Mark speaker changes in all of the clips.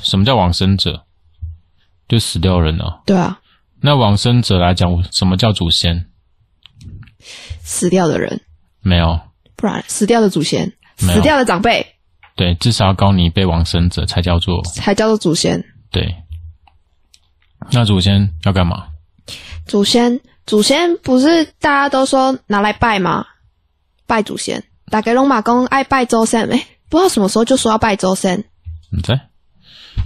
Speaker 1: 什么叫往生者？就死掉人啊。
Speaker 2: 对啊，
Speaker 1: 那往生者来讲，什么叫祖先？
Speaker 2: 死掉的人，
Speaker 1: 没有，
Speaker 2: 不然死掉的祖先，
Speaker 1: 没有
Speaker 2: 死掉的长辈
Speaker 1: 对，至少要高你一辈往生者才叫做
Speaker 2: 才叫做祖先。
Speaker 1: 对。那祖先要干嘛？
Speaker 2: 祖先，祖先不是大家都说拿来拜吗？拜祖先，打给龙马公爱拜周先，哎、不知道什么时候就说要拜周先。
Speaker 1: 你在？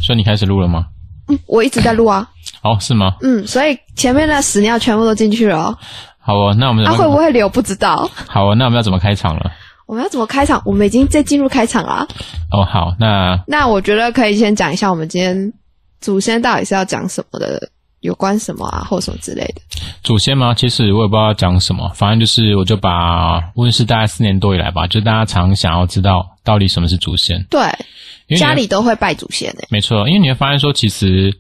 Speaker 1: 所以你开始录了吗？
Speaker 2: 嗯，我一直在 录啊，
Speaker 1: 哦，是吗？
Speaker 2: 嗯，所以前面的屎尿全部都进去了、哦。
Speaker 1: 好哦，那我们
Speaker 2: 啊，
Speaker 1: 怎
Speaker 2: 会
Speaker 1: 么、
Speaker 2: 不会留不知道。
Speaker 1: 好哦？那我们要怎么开场了？
Speaker 2: 我们要怎么开场？我们已经在进入开场啦。
Speaker 1: 哦，好，那
Speaker 2: 那我觉得可以先讲一下我们今天祖先到底是要讲什么的，有关什么啊，或什么之类的。
Speaker 1: 祖先吗？其实我也不知道要讲什么，反正就是我就把问世大概四年多以来吧，就大家常想要知道到底什么是祖先，
Speaker 2: 对，
Speaker 1: 因为你
Speaker 2: 家里都会拜祖先诶、欸
Speaker 1: 没错，因为你会发现说，其实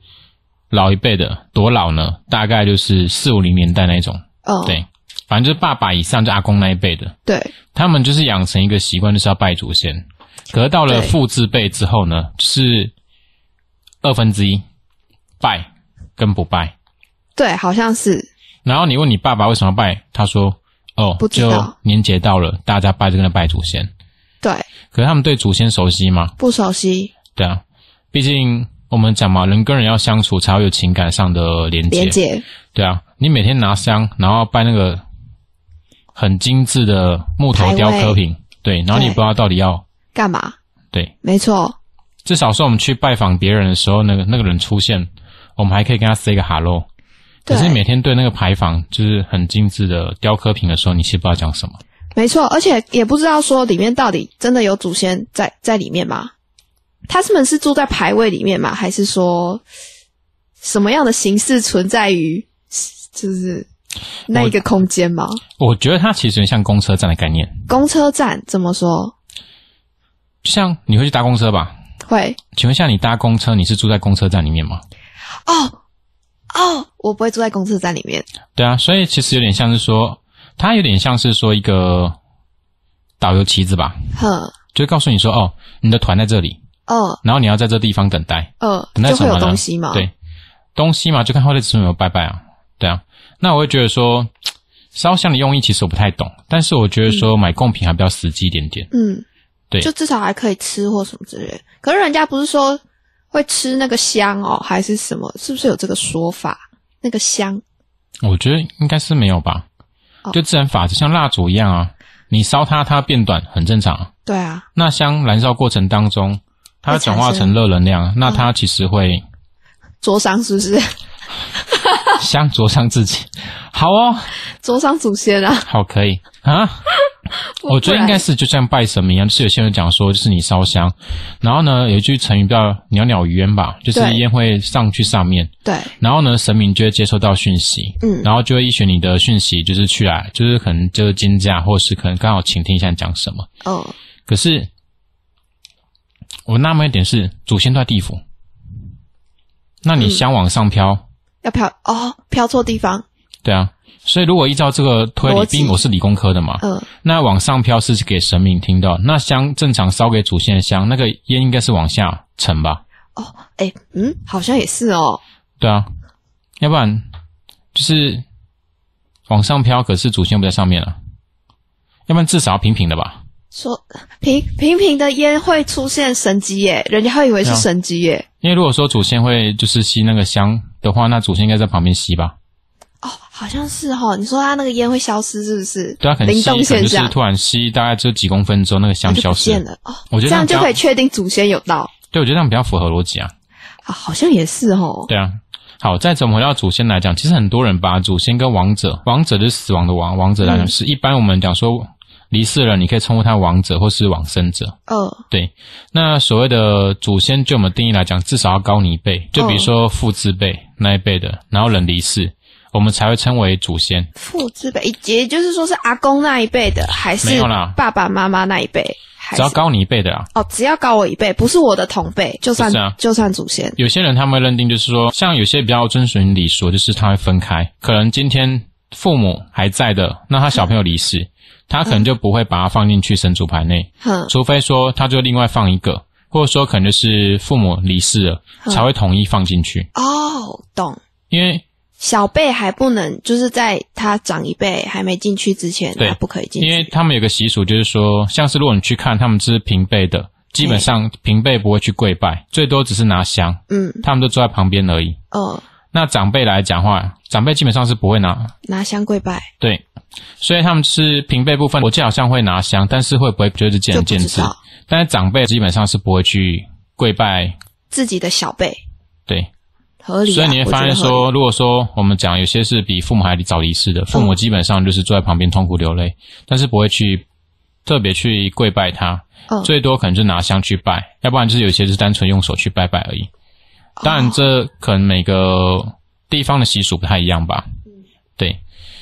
Speaker 1: 老一辈的多老呢，大概就是四五零年代那一种，
Speaker 2: 哦，
Speaker 1: 对，反正就是爸爸以上就阿公那一辈的，
Speaker 2: 对
Speaker 1: 他们就是养成一个习惯，就是要拜祖先。可是到了
Speaker 2: 对
Speaker 1: 父字辈之后呢，就是二分之一拜跟不拜。
Speaker 2: 对，好像是
Speaker 1: 然后你问你爸爸为什么拜，他说：“哦
Speaker 2: 不，知
Speaker 1: 就
Speaker 2: 道
Speaker 1: 年节到了，大家拜就跟他拜祖先。
Speaker 2: 对，”
Speaker 1: 可是他们对祖先熟悉吗？
Speaker 2: 不熟悉
Speaker 1: 对啊，毕竟我们讲嘛，人跟人要相处才会有情感上的连接。
Speaker 2: 连接，
Speaker 1: 对啊，你每天拿香，然后拜那个很精致的木头雕刻品，对，然后你
Speaker 2: 对
Speaker 1: 不知道到底要
Speaker 2: 干嘛？
Speaker 1: 对，
Speaker 2: 没错，
Speaker 1: 至少是我们去拜访别人的时候，那个那个人出现，我们还可以跟他 say 个 hello。可
Speaker 2: 对
Speaker 1: 是每天对那个牌坊就是很精致的雕刻品的时候，你其实不知道讲什么。
Speaker 2: 没错，而且也不知道说里面到底真的有祖先在在里面吗？他们是住在牌位里面吗？还是说什么样的形式存在于就是那一个空间吗？
Speaker 1: 我觉得它其实有点像公车站的概念，
Speaker 2: 公车站怎么说？
Speaker 1: 就像你会去搭公车吧？
Speaker 2: 会
Speaker 1: 请问一下，你搭公车，你是住在公车站里面吗？
Speaker 2: 哦哦，我不会住在公车站里面。
Speaker 1: 对啊，所以其实有点像是说，它有点像是说一个导游旗子吧，
Speaker 2: 哼，
Speaker 1: 就会告诉你说，哦，你的团在这里，
Speaker 2: 呃
Speaker 1: 然后你要在这地方等待，
Speaker 2: 呃，
Speaker 1: 等待
Speaker 2: 就
Speaker 1: 什
Speaker 2: 会
Speaker 1: 么
Speaker 2: 有
Speaker 1: 呢？
Speaker 2: 东西吗？
Speaker 1: 对，东西嘛，就看后来有没有拜拜啊，对啊。那我会觉得说，烧香的用意其实我不太懂，但是我觉得说买贡品还比较实际一点点。
Speaker 2: 嗯，
Speaker 1: 对
Speaker 2: 就至少还可以吃或什么之类的。可是人家不是说会吃那个香哦，还是什么？是不是有这个说法？那个香
Speaker 1: 我觉得应该是没有吧，
Speaker 2: 哦
Speaker 1: 就自然法则，像蜡烛一样啊，你烧它，它变短，很正常、啊。
Speaker 2: 对啊，
Speaker 1: 那香燃烧过程当中，它
Speaker 2: 会产
Speaker 1: 转化成
Speaker 2: 生嗯
Speaker 1: 热能量，那它其实会
Speaker 2: 灼伤是不是？
Speaker 1: 香灼伤自己。好哦，
Speaker 2: 灼伤祖先啊？
Speaker 1: 好可以啊。我觉得应该
Speaker 2: 不然
Speaker 1: 是就像拜神明一样，就是有些人讲说，就是你烧香，然后呢有一句成语叫“鸟鸟于渊”吧，就是
Speaker 2: 对
Speaker 1: 烟会上去上面，
Speaker 2: 对
Speaker 1: 然后呢神明就会接收到讯息，
Speaker 2: 嗯
Speaker 1: 然后就会依循你的讯息就是去来，就是可能就是金价，或是可能刚好倾听一下你讲什么。
Speaker 2: 哦，
Speaker 1: 可是我纳闷一点是，祖先都在地府，那
Speaker 2: 嗯
Speaker 1: 你香往上飘，
Speaker 2: 要飘哦，飘错地方。
Speaker 1: 对啊，所以如果依照这个推理
Speaker 2: 逻，辑
Speaker 1: 毕竟我是理工科的嘛，
Speaker 2: 嗯，
Speaker 1: 那往上飘是给神明听到，那香正常烧给祖先的香，那个烟应该是往下沉吧？
Speaker 2: 哎，嗯，好像也是哦。
Speaker 1: 对啊，要不然就是往上飘，可是祖先不在上面了，要不然至少要平平的吧？
Speaker 2: 说平平平的烟会出现神机耶，人家会以为是
Speaker 1: 对啊
Speaker 2: 神机耶。
Speaker 1: 因为如果说祖先会就是吸那个香的话，那祖先应该在旁边吸吧？
Speaker 2: 哦，好像是哦。你说它那个烟会消失，是不是？
Speaker 1: 对啊，可能
Speaker 2: 灵
Speaker 1: 吸，
Speaker 2: 动
Speaker 1: 可能
Speaker 2: 现
Speaker 1: 就是
Speaker 2: 象
Speaker 1: 突然吸，大概就几公分之后，那个香
Speaker 2: 就
Speaker 1: 消
Speaker 2: 不
Speaker 1: 失
Speaker 2: 见。了哦。
Speaker 1: 我觉得
Speaker 2: 这样就
Speaker 1: 比较
Speaker 2: 可以确定祖先有到
Speaker 1: 对，我觉得这样比较符合逻辑啊。
Speaker 2: 啊，好像也是哦。
Speaker 1: 对啊，好，再怎么回到祖先来讲，其实很多人把祖先跟王者，王者就是死亡的王，王者来讲
Speaker 2: 嗯
Speaker 1: 是、一般我们讲说离世了，你可以称呼他王者或是往生者。
Speaker 2: 呃，
Speaker 1: 对，那所谓的祖先，就我们定义来讲，至少要高你一辈，就比如
Speaker 2: 嗯
Speaker 1: 说父之辈那一辈的，然后人离世，我们才会称为祖先。
Speaker 2: 父之辈，也就是说是阿公那一辈的，还
Speaker 1: 没
Speaker 2: 是
Speaker 1: 有啦
Speaker 2: 爸爸妈妈那一辈，
Speaker 1: 只
Speaker 2: 还是
Speaker 1: 要高你一辈的啊，
Speaker 2: 哦，只要高我一辈，不是我的同辈，就算
Speaker 1: 不是啊
Speaker 2: 就算祖先。
Speaker 1: 有些人他们会认定就是说，像有些比较遵循礼说，就是他会分开。可能今天父母还在的，那他小朋友离世，他可能就不会把他放进去神主牌内，
Speaker 2: 哼，
Speaker 1: 除非说他就另外放一个，或者说可能就是父母离世了
Speaker 2: 嗯
Speaker 1: 才会统一放进去，
Speaker 2: 哦，懂。
Speaker 1: 因为
Speaker 2: 小辈还不能，就是在他长一辈还没进去之前，
Speaker 1: 对
Speaker 2: 他不可以进
Speaker 1: 因为
Speaker 2: 去。
Speaker 1: 他们有个习俗，就是说，像是如果你去看他们是平辈的，基本上平辈不会去跪拜，最多只是拿香，
Speaker 2: 嗯，
Speaker 1: 他们都坐在旁边而已。
Speaker 2: 哦，
Speaker 1: 那长辈来讲话，长辈基本上是不会拿，
Speaker 2: 拿香跪拜
Speaker 1: 对，所以他们是平辈部分，我记得好像会拿香，但是会不会就是见
Speaker 2: 就
Speaker 1: 仁
Speaker 2: 不
Speaker 1: 见
Speaker 2: 知
Speaker 1: 智。
Speaker 2: 道
Speaker 1: 但是长辈基本上是不会去跪拜，
Speaker 2: 自己的小辈
Speaker 1: 对，
Speaker 2: 合理、啊。
Speaker 1: 所以你会发现
Speaker 2: 我觉得合嗯理，
Speaker 1: 说，如果说我们讲有些是比父母还早离世的，父母基本上就是坐在旁边痛哭流泪，但是不会去特别去跪拜他，
Speaker 2: 嗯
Speaker 1: 最多可能就拿香去拜，要不然就是有些是单纯用手去拜拜而已。当然，
Speaker 2: 哦
Speaker 1: 这可能每个地方的习俗不太一样吧。对，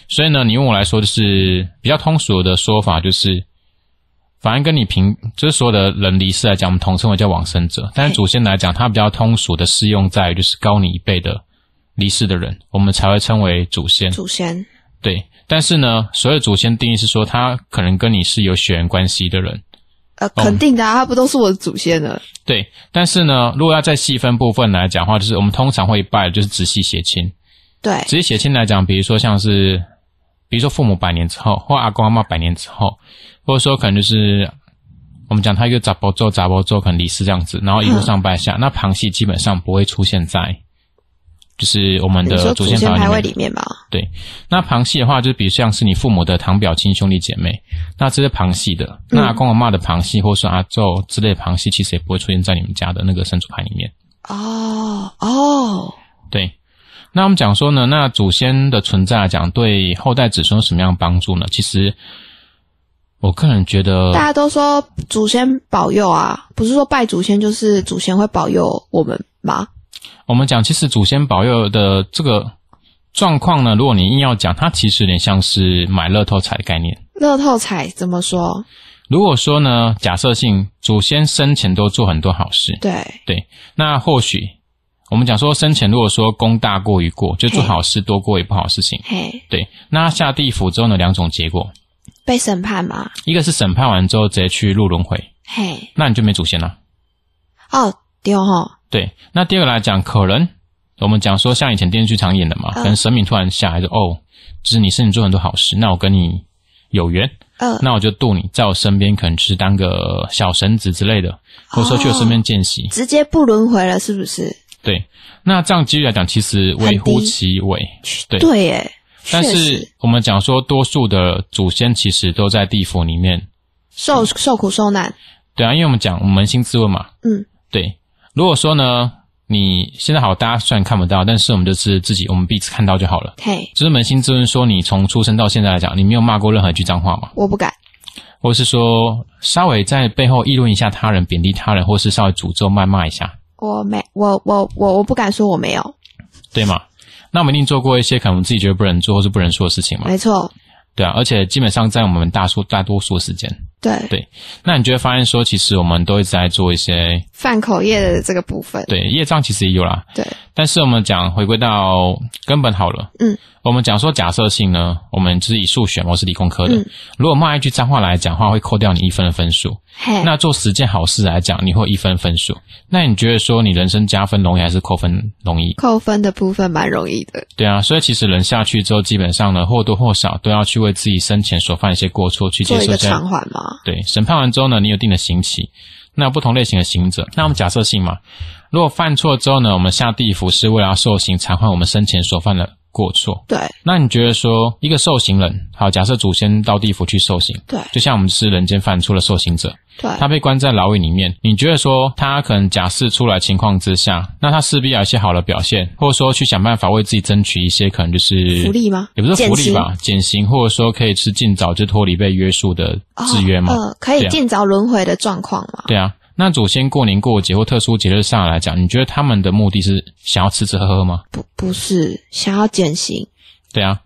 Speaker 1: 所以呢，你用我来说，就是比较通俗的说法，就是反正跟你平，就是所有的人离世来讲，我们统称为叫往生者。但是
Speaker 2: 嘿
Speaker 1: 祖先来讲，它比较通俗的适用在于就是高你一辈的离世的人，我们才会称为祖先。
Speaker 2: 祖先
Speaker 1: 对，但是呢，所谓的祖先定义是说，他可能跟你是有血缘关系的人。
Speaker 2: 呃，肯定的、啊，他不都是我的祖先了？
Speaker 1: 对，但是呢，如果要在细分部分来讲的话，就是我们通常会拜的就是直系血亲。
Speaker 2: 对，
Speaker 1: 直接血亲来讲，比如说像是，比如说父母百年之后，或阿公阿妈百年之后，或者说可能就是我们讲他一个杂包做杂包做，可能离世这样子，然后一路上拜 下，那旁系基本上不会出现在就是我们
Speaker 2: 你说
Speaker 1: 的
Speaker 2: 祖
Speaker 1: 祖先
Speaker 2: 先
Speaker 1: 排
Speaker 2: 牌
Speaker 1: 位
Speaker 2: 位
Speaker 1: 里
Speaker 2: 里
Speaker 1: 面。
Speaker 2: 面嘛，
Speaker 1: 对，那旁系的话，就比如像是你父母的堂表亲兄弟姐妹，那这是旁系的，那
Speaker 2: 嗯
Speaker 1: 阿公阿妈的旁系，或者说阿宙之类的旁系，其实也不会出现在你们家的那个神主牌里面。
Speaker 2: 哦哦，
Speaker 1: 对，那我们讲说呢，那祖先的存在来讲对后代子孙有什么样的帮助呢？其实，我个人觉得
Speaker 2: 大，家都说祖先保佑啊，不是说拜祖先就是祖先会保佑我们吗？
Speaker 1: 我们讲其实祖先保佑的这个状况呢，如果你硬要讲，它其实有点像是买乐透彩的概念。
Speaker 2: 乐透彩怎么说？
Speaker 1: 如果说呢，假设性祖先生前都做很多好事，
Speaker 2: 对，
Speaker 1: 对，那或许我们讲说生前如果说功大过于过，就做
Speaker 2: 嘿
Speaker 1: 好事多过于不好的事情，
Speaker 2: 嘿，
Speaker 1: 对，那下地府之后呢，两种结果，
Speaker 2: 被审判嘛，
Speaker 1: 一个是审判完之后直接去入轮回，
Speaker 2: 嘿，
Speaker 1: 那你就没祖先了。
Speaker 2: 哦，丢哈，
Speaker 1: 对，那第二个来讲，可能我们讲说像以前电视剧常演的嘛，
Speaker 2: 嗯
Speaker 1: 可能神明突然下来就哦，就是你是你做很多好事，那我跟你有缘，
Speaker 2: 呃，
Speaker 1: 那我就度你在我身边，可能是当个小神子之类的，或者说去我身边见习。
Speaker 2: 直接不轮回了，是不是？
Speaker 1: 对，那这样几率来讲，其实微乎
Speaker 2: 很低
Speaker 1: 其微。对
Speaker 2: 对耶，
Speaker 1: 但
Speaker 2: 确
Speaker 1: 是
Speaker 2: 实
Speaker 1: 我们讲说，多数的祖先其实都在地府里面。嗯
Speaker 2: 受受苦受难，
Speaker 1: 对啊，因为我们讲我们扪心自问嘛，
Speaker 2: 嗯，
Speaker 1: 对，如果说呢，你现在好，大家虽然看不到，但是我们就是自己，我们彼此看到就好了。
Speaker 2: 嘿，
Speaker 1: 只是扪心自问，说你从出生到现在来讲，你没有骂过任何一句脏话吗？
Speaker 2: 我不敢，
Speaker 1: 或是说稍微在背后议论一下他人、贬低他人，或是稍微诅咒、谩骂一下，
Speaker 2: 我没，我我我我不敢说我没有，
Speaker 1: 对吗？那我们一定做过一些可能我们自己觉得不能做或是不能说的事情嘛，
Speaker 2: 没错，
Speaker 1: 对啊。而且基本上在我们大数大多数时间，
Speaker 2: 对，
Speaker 1: 对，那你就会发现说，其实我们都一直在做一些
Speaker 2: 饭口业的这个部分，
Speaker 1: 对业障，其实也有啦，
Speaker 2: 对，
Speaker 1: 但是我们讲回归到根本好了，
Speaker 2: 嗯，
Speaker 1: 我们讲说假设性呢，我们就是以数学嘛，我是理工科的，
Speaker 2: 嗯
Speaker 1: 如果骂一句脏话来讲的话，会扣掉你一分的分数。
Speaker 2: 嘿，
Speaker 1: 那做十件好事来讲，你会有一分分数。那你觉得说你人生加分容易还是扣分容易？
Speaker 2: 扣分的部分蛮容易的，
Speaker 1: 对啊，所以其实人下去之后，基本上呢或多或少都要去为自己生前所犯一些过错去接
Speaker 2: 做一
Speaker 1: 受
Speaker 2: 个
Speaker 1: 一下
Speaker 2: 偿还嘛，
Speaker 1: 对，审判完之后呢，你有定的刑期。那不同类型的刑者，那我们假设性嘛，如果犯错之后呢，我们下地府是为了要受刑偿还我们生前所犯的过错。
Speaker 2: 对
Speaker 1: 那你觉得说，一个受刑人，好，假设祖先到地府去受刑，
Speaker 2: 对
Speaker 1: 就像我们是人间犯错的受刑者，
Speaker 2: 对，
Speaker 1: 他被关在牢狱里面，你觉得说他可能假释出来情况之下，那他势必要有一些好的表现，或者说去想办法为自己争取一些可能就是
Speaker 2: 福利吗
Speaker 1: 也不是福
Speaker 2: 减
Speaker 1: 利
Speaker 2: 刑
Speaker 1: 吧，减刑，或者说可以是尽早就脱离被约束的制约嘛。
Speaker 2: 哦呃，可以
Speaker 1: 对啊
Speaker 2: 尽早轮回的状况嘛，
Speaker 1: 对啊，那祖先过年过节或特殊节日上来讲，你觉得他们的目的是想要吃吃喝喝吗？
Speaker 2: 不不是想要减刑，
Speaker 1: 对啊，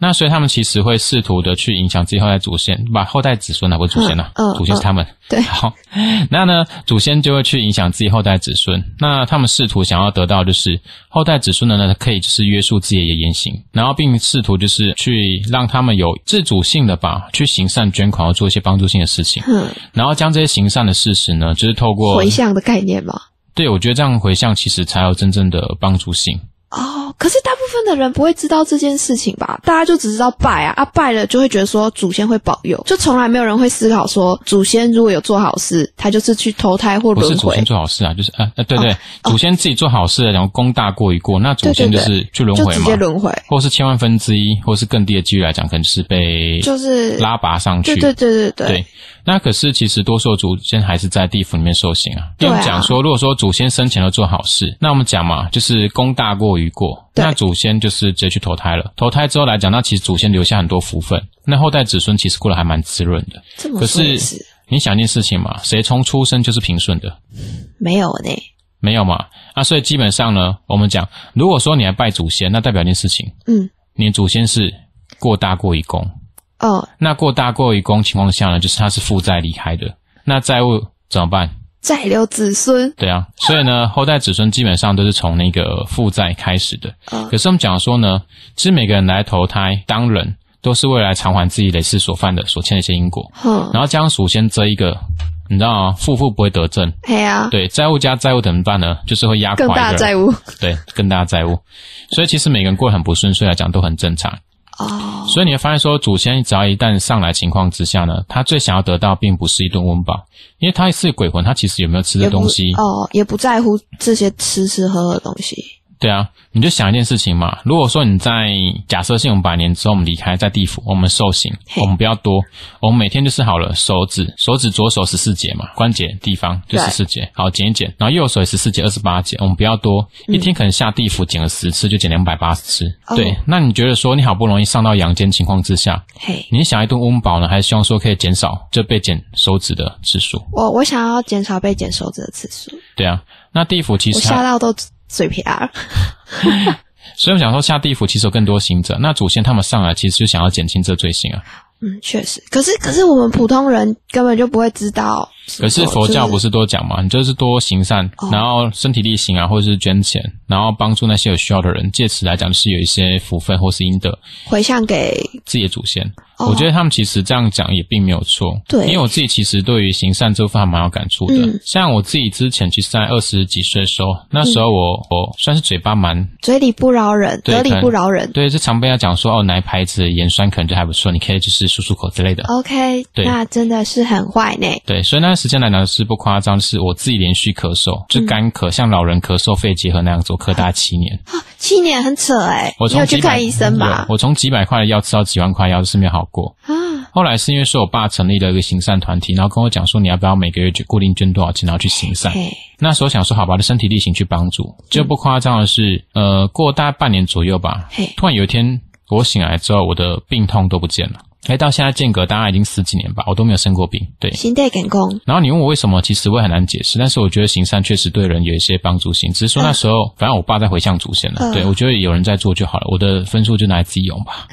Speaker 1: 那所以他们其实会试图的去影响自己后代祖先，把后代子孙啊，不是祖先啊，
Speaker 2: 嗯嗯
Speaker 1: 祖先是他们。
Speaker 2: 对
Speaker 1: 好，那呢，祖先就会去影响自己后代子孙。那他们试图想要得到就是后代子孙的呢，可以就是约束自己的言行，然后并试图就是去让他们有自主性的吧，去行善捐款，或做一些帮助性的事情，
Speaker 2: 哼，
Speaker 1: 然后将这些行善的事实呢，就是透过
Speaker 2: 回向的概念嘛。
Speaker 1: 对我觉得这样回向其实才有真正的帮助性。
Speaker 2: 哦，可是大部分的人不会知道这件事情吧？大家就只知道拜啊，啊拜了就会觉得说祖先会保佑，就从来没有人会思考说祖先如果有做好事，他就是去投胎或
Speaker 1: 不是
Speaker 2: 轮
Speaker 1: 祖
Speaker 2: 回哦
Speaker 1: 先。做好事啊，就是呃呃，对对，祖先自己做好事，然后功大过一过，那祖
Speaker 2: 对对
Speaker 1: 先就
Speaker 2: 对
Speaker 1: 是去轮
Speaker 2: 就
Speaker 1: 回
Speaker 2: 直
Speaker 1: 嘛
Speaker 2: 接，轮回，
Speaker 1: 或是千万分之一，或是更低的几率来讲，可能就是被
Speaker 2: 就是
Speaker 1: 拉拔上去。
Speaker 2: 对对对对对
Speaker 1: 对那可是其实多数的祖先还是在地府里面受刑啊。因
Speaker 2: 对
Speaker 1: 为
Speaker 2: 啊
Speaker 1: 我们讲说，如果说祖先生前都做好事，那我们讲嘛，就是功大过于过，
Speaker 2: 对
Speaker 1: 那祖先就是直接去投胎了。投胎之后来讲，那其实祖先留下很多福分，那后代子孙其实过得还蛮滋润的。
Speaker 2: 这么
Speaker 1: 可
Speaker 2: 说也
Speaker 1: 是
Speaker 2: 是
Speaker 1: 你想一件事情嘛，谁从出生就是平顺的？
Speaker 2: 没有呢。
Speaker 1: 没有嘛？啊，所以基本上呢，我们讲，如果说你来拜祖先，那代表一件事情，
Speaker 2: 嗯，
Speaker 1: 你的祖先是过大过一功。
Speaker 2: 哦，
Speaker 1: 那过大过一功情况下呢，就是他是负债离开的，那债务怎么办？
Speaker 2: 再留子孙，
Speaker 1: 对啊，所以呢，后代子孙基本上都是从那个负债开始的。
Speaker 2: 嗯
Speaker 1: 可是我们讲说呢，其实每个人来投胎当人，都是为了来偿还自己累世所犯的所欠的一些因果。
Speaker 2: 哼，
Speaker 1: 然后加上祖先这一个，你知道啊，负负不会得正，
Speaker 2: 哎呀，
Speaker 1: 对，债务加债务怎么办呢？就是会压垮
Speaker 2: 更
Speaker 1: 一个人。
Speaker 2: 大的债务
Speaker 1: 对，更大的债务。所以其实每个人过得很不顺遂来讲都很正常。
Speaker 2: 哦，
Speaker 1: 所以你会发现说，祖先只要一旦上来情况之下呢，他最想要得到并不是一顿温饱，因为他是鬼魂，他其实有没有吃的
Speaker 2: 也不
Speaker 1: 东西，
Speaker 2: 哦，也不在乎这些吃吃喝喝的东西。
Speaker 1: 对啊，你就想一件事情嘛。如果说你在假设性我们百年之后我们离开在地府，我们受刑，
Speaker 2: 嘿
Speaker 1: 我们不要多，我们每天就是好了，手指手指左手十四节嘛，关节地方就
Speaker 2: 对
Speaker 1: 十四节，好剪一剪，然后右手也十四节二十八节，我们不要多，一天可能下地府剪了十次，就剪两百八十次。
Speaker 2: 嗯哦
Speaker 1: 对，那你觉得说你好不容易上到阳间情况之下，
Speaker 2: 嘿，
Speaker 1: 你想一顿温饱呢，还是希望说可以减少就被剪手指的次数？
Speaker 2: 我我想要减少被剪手指的次数，
Speaker 1: 对啊，那地府其
Speaker 2: 我
Speaker 1: 实它
Speaker 2: 吓到都嘴皮啊。
Speaker 1: 所以我们想说，下地府其实有更多行者，那祖先他们上来其实就想要减轻这罪行啊。
Speaker 2: 嗯，确实。可是可是我们普通人根本就不会知道什
Speaker 1: 可
Speaker 2: 么。
Speaker 1: 是佛教
Speaker 2: 就哦
Speaker 1: 不是多讲嘛，你就是多行善，然后身体力行啊，或者是捐钱，然后帮助那些有需要的人，借此来讲就是有一些福分或是阴德，
Speaker 2: 回向给
Speaker 1: 自己的祖先。
Speaker 2: 哦
Speaker 1: 我觉得他们其实这样讲也并没有错，
Speaker 2: 对
Speaker 1: 因为我自己其实对于行善这部分还蛮有感触的。
Speaker 2: 嗯
Speaker 1: 像我自己之前其实在二十几岁的时候，那时候我、
Speaker 2: 嗯
Speaker 1: 我算是嘴巴蛮
Speaker 2: 嘴里不饶人，
Speaker 1: 对
Speaker 2: 得理
Speaker 1: 可能
Speaker 2: 不饶人。
Speaker 1: 对，是常被他讲说哦，哪一牌子的盐酸可能就还不错，你可以就是漱漱口之类的。
Speaker 2: OK，
Speaker 1: 对
Speaker 2: 那真的是很坏呢。
Speaker 1: 对，所以那段时间来讲是不夸张，是我自己连续咳嗽，
Speaker 2: 嗯
Speaker 1: 就干咳，像老人咳嗽肺结核那样子，我咳大概七 年。
Speaker 2: 七年很扯哎、
Speaker 1: 我
Speaker 2: 你
Speaker 1: 从
Speaker 2: 有去
Speaker 1: 几百
Speaker 2: 看医生吧
Speaker 1: 有？我从几百块的药吃到几万块的药，就是没有好过。
Speaker 2: 啊，
Speaker 1: 后来是因为说我爸成立了一个行善团体，然后跟我讲说你要不要每个月就固定捐多少钱，然后去行善。
Speaker 2: 嘿，嗯
Speaker 1: 那时候想说好吧，就身体力行去帮助。就不夸张的是，呃，过大概半年左右吧
Speaker 2: 嘿，
Speaker 1: 突然有一天我醒来之后，我的病痛都不见了。哎，到现在间隔大概已经十几年吧，我都没有生过病。对，
Speaker 2: 心地感工，
Speaker 1: 然后你问我为什么，其实我也很难解释，但是我觉得行善确实对人有一些帮助性。只是说那时候，反正我爸在回向祖先了，
Speaker 2: 嗯
Speaker 1: 对我觉得有人在做就好了，我的分数就拿来自己用 吧。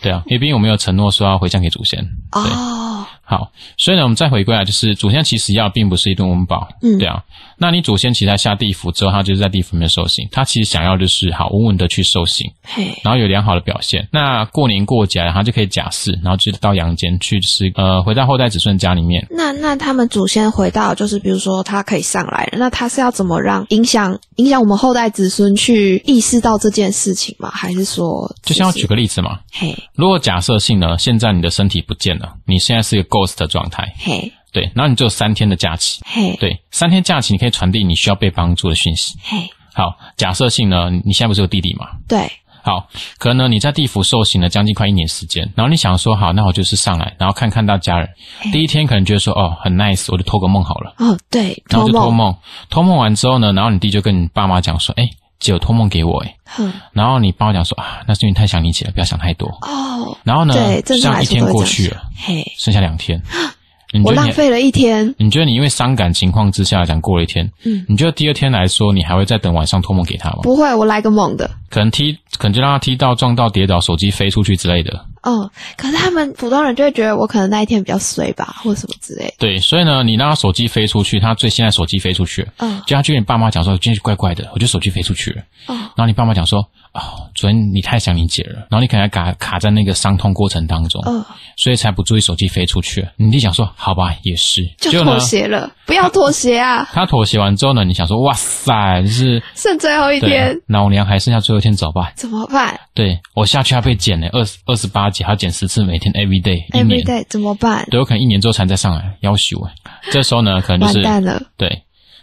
Speaker 1: 对啊，因为毕竟我没有承诺说要回向给祖先。
Speaker 2: 哦，
Speaker 1: 好，所以呢，我们再回归来，就是祖先其实要的并不是一顿温饱，
Speaker 2: 嗯
Speaker 1: 对啊。那你祖先其实在下地府之后，他就是在地府里面受刑，他其实想要就是好稳稳的去受刑，
Speaker 2: 嘿，
Speaker 1: 然后有良好的表现。那过年过节啊，他就可以假释，然后就到阳间去，就是呃回到后代子孙家里面。
Speaker 2: 那那他们祖先回到，就是比如说他可以上来了，那他是要怎么让影响影响我们后代子孙去意识到这件事情吗？还是说
Speaker 1: 就像我
Speaker 2: 只
Speaker 1: 举
Speaker 2: 是
Speaker 1: 个例子嘛，
Speaker 2: 嘿
Speaker 1: 如果假设性呢，现在你的身体不见了，你现在是一个 ghost 的状态，
Speaker 2: 嘿
Speaker 1: 对，然后你只有三天的假期，
Speaker 2: 嘿
Speaker 1: 对，三天假期你可以传递你需要被帮助的讯息。
Speaker 2: 嘿，
Speaker 1: 好，假设性呢，你现在不是有弟弟吗？
Speaker 2: 对，
Speaker 1: 好，可能呢你在地府受刑了将近快一年时间，然后你想说好，那我就是上来，然后看看到家人。
Speaker 2: 哎
Speaker 1: 第一天可能觉得说哦很 nice，我就托个梦好了，
Speaker 2: 哦对，
Speaker 1: 然后
Speaker 2: 托
Speaker 1: 就托
Speaker 2: 梦，
Speaker 1: 梦，托梦完之后呢，然后你弟就跟你爸妈讲说，哎，姐有托梦给我，哎，
Speaker 2: 哼
Speaker 1: 然后你爸妈讲说啊，那是因为你太想你姐了，不要想太多。
Speaker 2: 哦，
Speaker 1: 然后呢
Speaker 2: 对，
Speaker 1: 这
Speaker 2: 正常
Speaker 1: 样
Speaker 2: 来
Speaker 1: 一
Speaker 2: 说
Speaker 1: 天
Speaker 2: 都会
Speaker 1: 过
Speaker 2: 这
Speaker 1: 去
Speaker 2: 样
Speaker 1: 了
Speaker 2: 想，。嘿，
Speaker 1: 剩下两天，你
Speaker 2: 我
Speaker 1: 觉得
Speaker 2: 浪
Speaker 1: 你
Speaker 2: 费了一天，
Speaker 1: 你觉得你因为伤感情况之下讲过了一天，
Speaker 2: 嗯，
Speaker 1: 你觉得第二天来说，你还会再等晚上托梦给他吗？
Speaker 2: 不会，我来个猛的。
Speaker 1: 可能踢，可能就让他踢到、撞到、跌倒、手机飞出去之类的。
Speaker 2: 嗯，可是他们普通人就会觉得我可能那一天比较衰吧，或什么之类的。
Speaker 1: 对，所以呢，你让他手机飞出去，他最现在手机飞出去了，
Speaker 2: 嗯
Speaker 1: 就他去跟你爸妈讲说，今天怪怪的，我觉得手机飞出去了。
Speaker 2: 哦，
Speaker 1: 然后你爸妈讲说，哦，昨天你太想你姐了，然后你可能还卡卡在那个伤痛过程当中，
Speaker 2: 嗯，
Speaker 1: 所以才不注意手机飞出去。你弟想说，好吧，也是，结
Speaker 2: 就
Speaker 1: 果呢
Speaker 2: 妥，协了，不要妥协啊，
Speaker 1: 他妥协完之后呢，你想说，哇塞，就是
Speaker 2: 剩最后一天
Speaker 1: 对，啊老娘还剩下最后一天走吧。
Speaker 2: 怎么办
Speaker 1: 对我下去要被减了二十二十八节，还要减十次，每天 every day 一年，
Speaker 2: ？Every day 怎么办？
Speaker 1: 对，有可能一年之后才再上来，要求哎。这时候呢，可能就
Speaker 2: 完
Speaker 1: 是
Speaker 2: 蛋了，
Speaker 1: 对，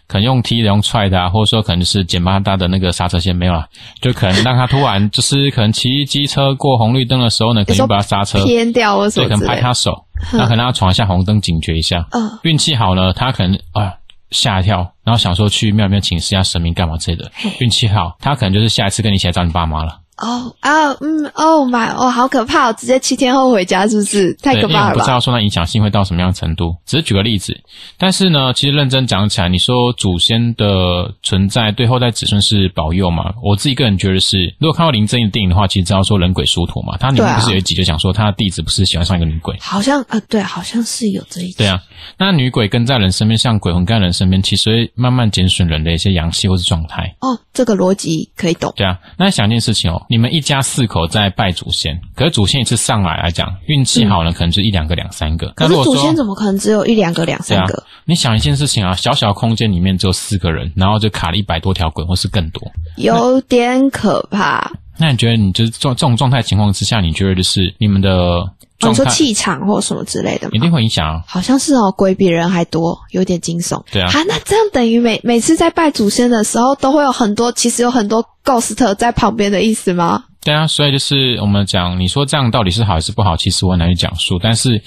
Speaker 1: 可能用踢的、用踹的、啊，或者说可能就是减八大的那个刹车线没有啦，就可能让他突然就是可能骑机车过红绿灯的时候呢，可能
Speaker 2: 你说
Speaker 1: 就把他刹车，
Speaker 2: 偏掉或什
Speaker 1: 对，可
Speaker 2: 么之
Speaker 1: 能拍
Speaker 2: 类的。
Speaker 1: 他手，那可能让他闯一下红灯，警觉一 下。
Speaker 2: 嗯，
Speaker 1: 运气好呢，他可能啊吓一跳，然后想说去庙里面请示一下神明干嘛之类的
Speaker 2: 嘿。
Speaker 1: 运气好，他可能就是下一次跟你一起来找你爸妈了。
Speaker 2: 哦啊，嗯，Oh my，哦，好可怕、哦，直接七天后回家是不是？太
Speaker 1: 对，
Speaker 2: 可
Speaker 1: 因为我
Speaker 2: 怕
Speaker 1: 们不
Speaker 2: 了
Speaker 1: 知
Speaker 2: 吧？
Speaker 1: 道说那影响性会到什么样的程度，只是举个例子。但是呢，其实认真讲起来，你说祖先的存在对后代子孙是保佑嘛？我自己个人觉得是，如果看过林正英的电影的话，其实知道说人鬼殊途嘛。他里
Speaker 2: 对
Speaker 1: 面
Speaker 2: 啊
Speaker 1: 不是有一集就讲说他的弟子不是喜欢上一个女鬼。
Speaker 2: 好像啊，对，好像是有这一
Speaker 1: 对
Speaker 2: 集。
Speaker 1: 啊，那女鬼跟在人身边，像鬼魂跟在人身边，其实会慢慢减损人的一些阳气或是状态。
Speaker 2: 哦，这个逻辑可以懂。
Speaker 1: 对啊，那想一件事情哦，你们一家四口在拜祖先，可是祖先一次上来来讲，运气好呢，可能就一两个、两三个。
Speaker 2: 嗯可
Speaker 1: 那
Speaker 2: 是
Speaker 1: 如果
Speaker 2: 祖
Speaker 1: 说
Speaker 2: 先怎么可能只有一两个、两
Speaker 1: 对
Speaker 2: 三
Speaker 1: 啊
Speaker 2: 个？，
Speaker 1: 你想一件事情啊，小小空间里面只有四个人，然后就卡了一百多条鬼，或是更多。
Speaker 2: 有点可怕。哦
Speaker 1: 那你觉得，你就是这种这种状态情况之下，你觉得就是你们的
Speaker 2: 哦、
Speaker 1: 状
Speaker 2: 你说
Speaker 1: 态
Speaker 2: 气场或什么之类的
Speaker 1: 一定
Speaker 2: 吗？
Speaker 1: 会影响啊？
Speaker 2: 好像是哦，鬼比人还多，有点惊悚。
Speaker 1: 对啊
Speaker 2: 啊，那这样等于每每次在拜祖先的时候，都会有很多，其实有很多 ghost 在旁边的意思吗？
Speaker 1: 对啊，所以就是我们讲，你说这样到底是好还是不好，其实我很难去讲述。但是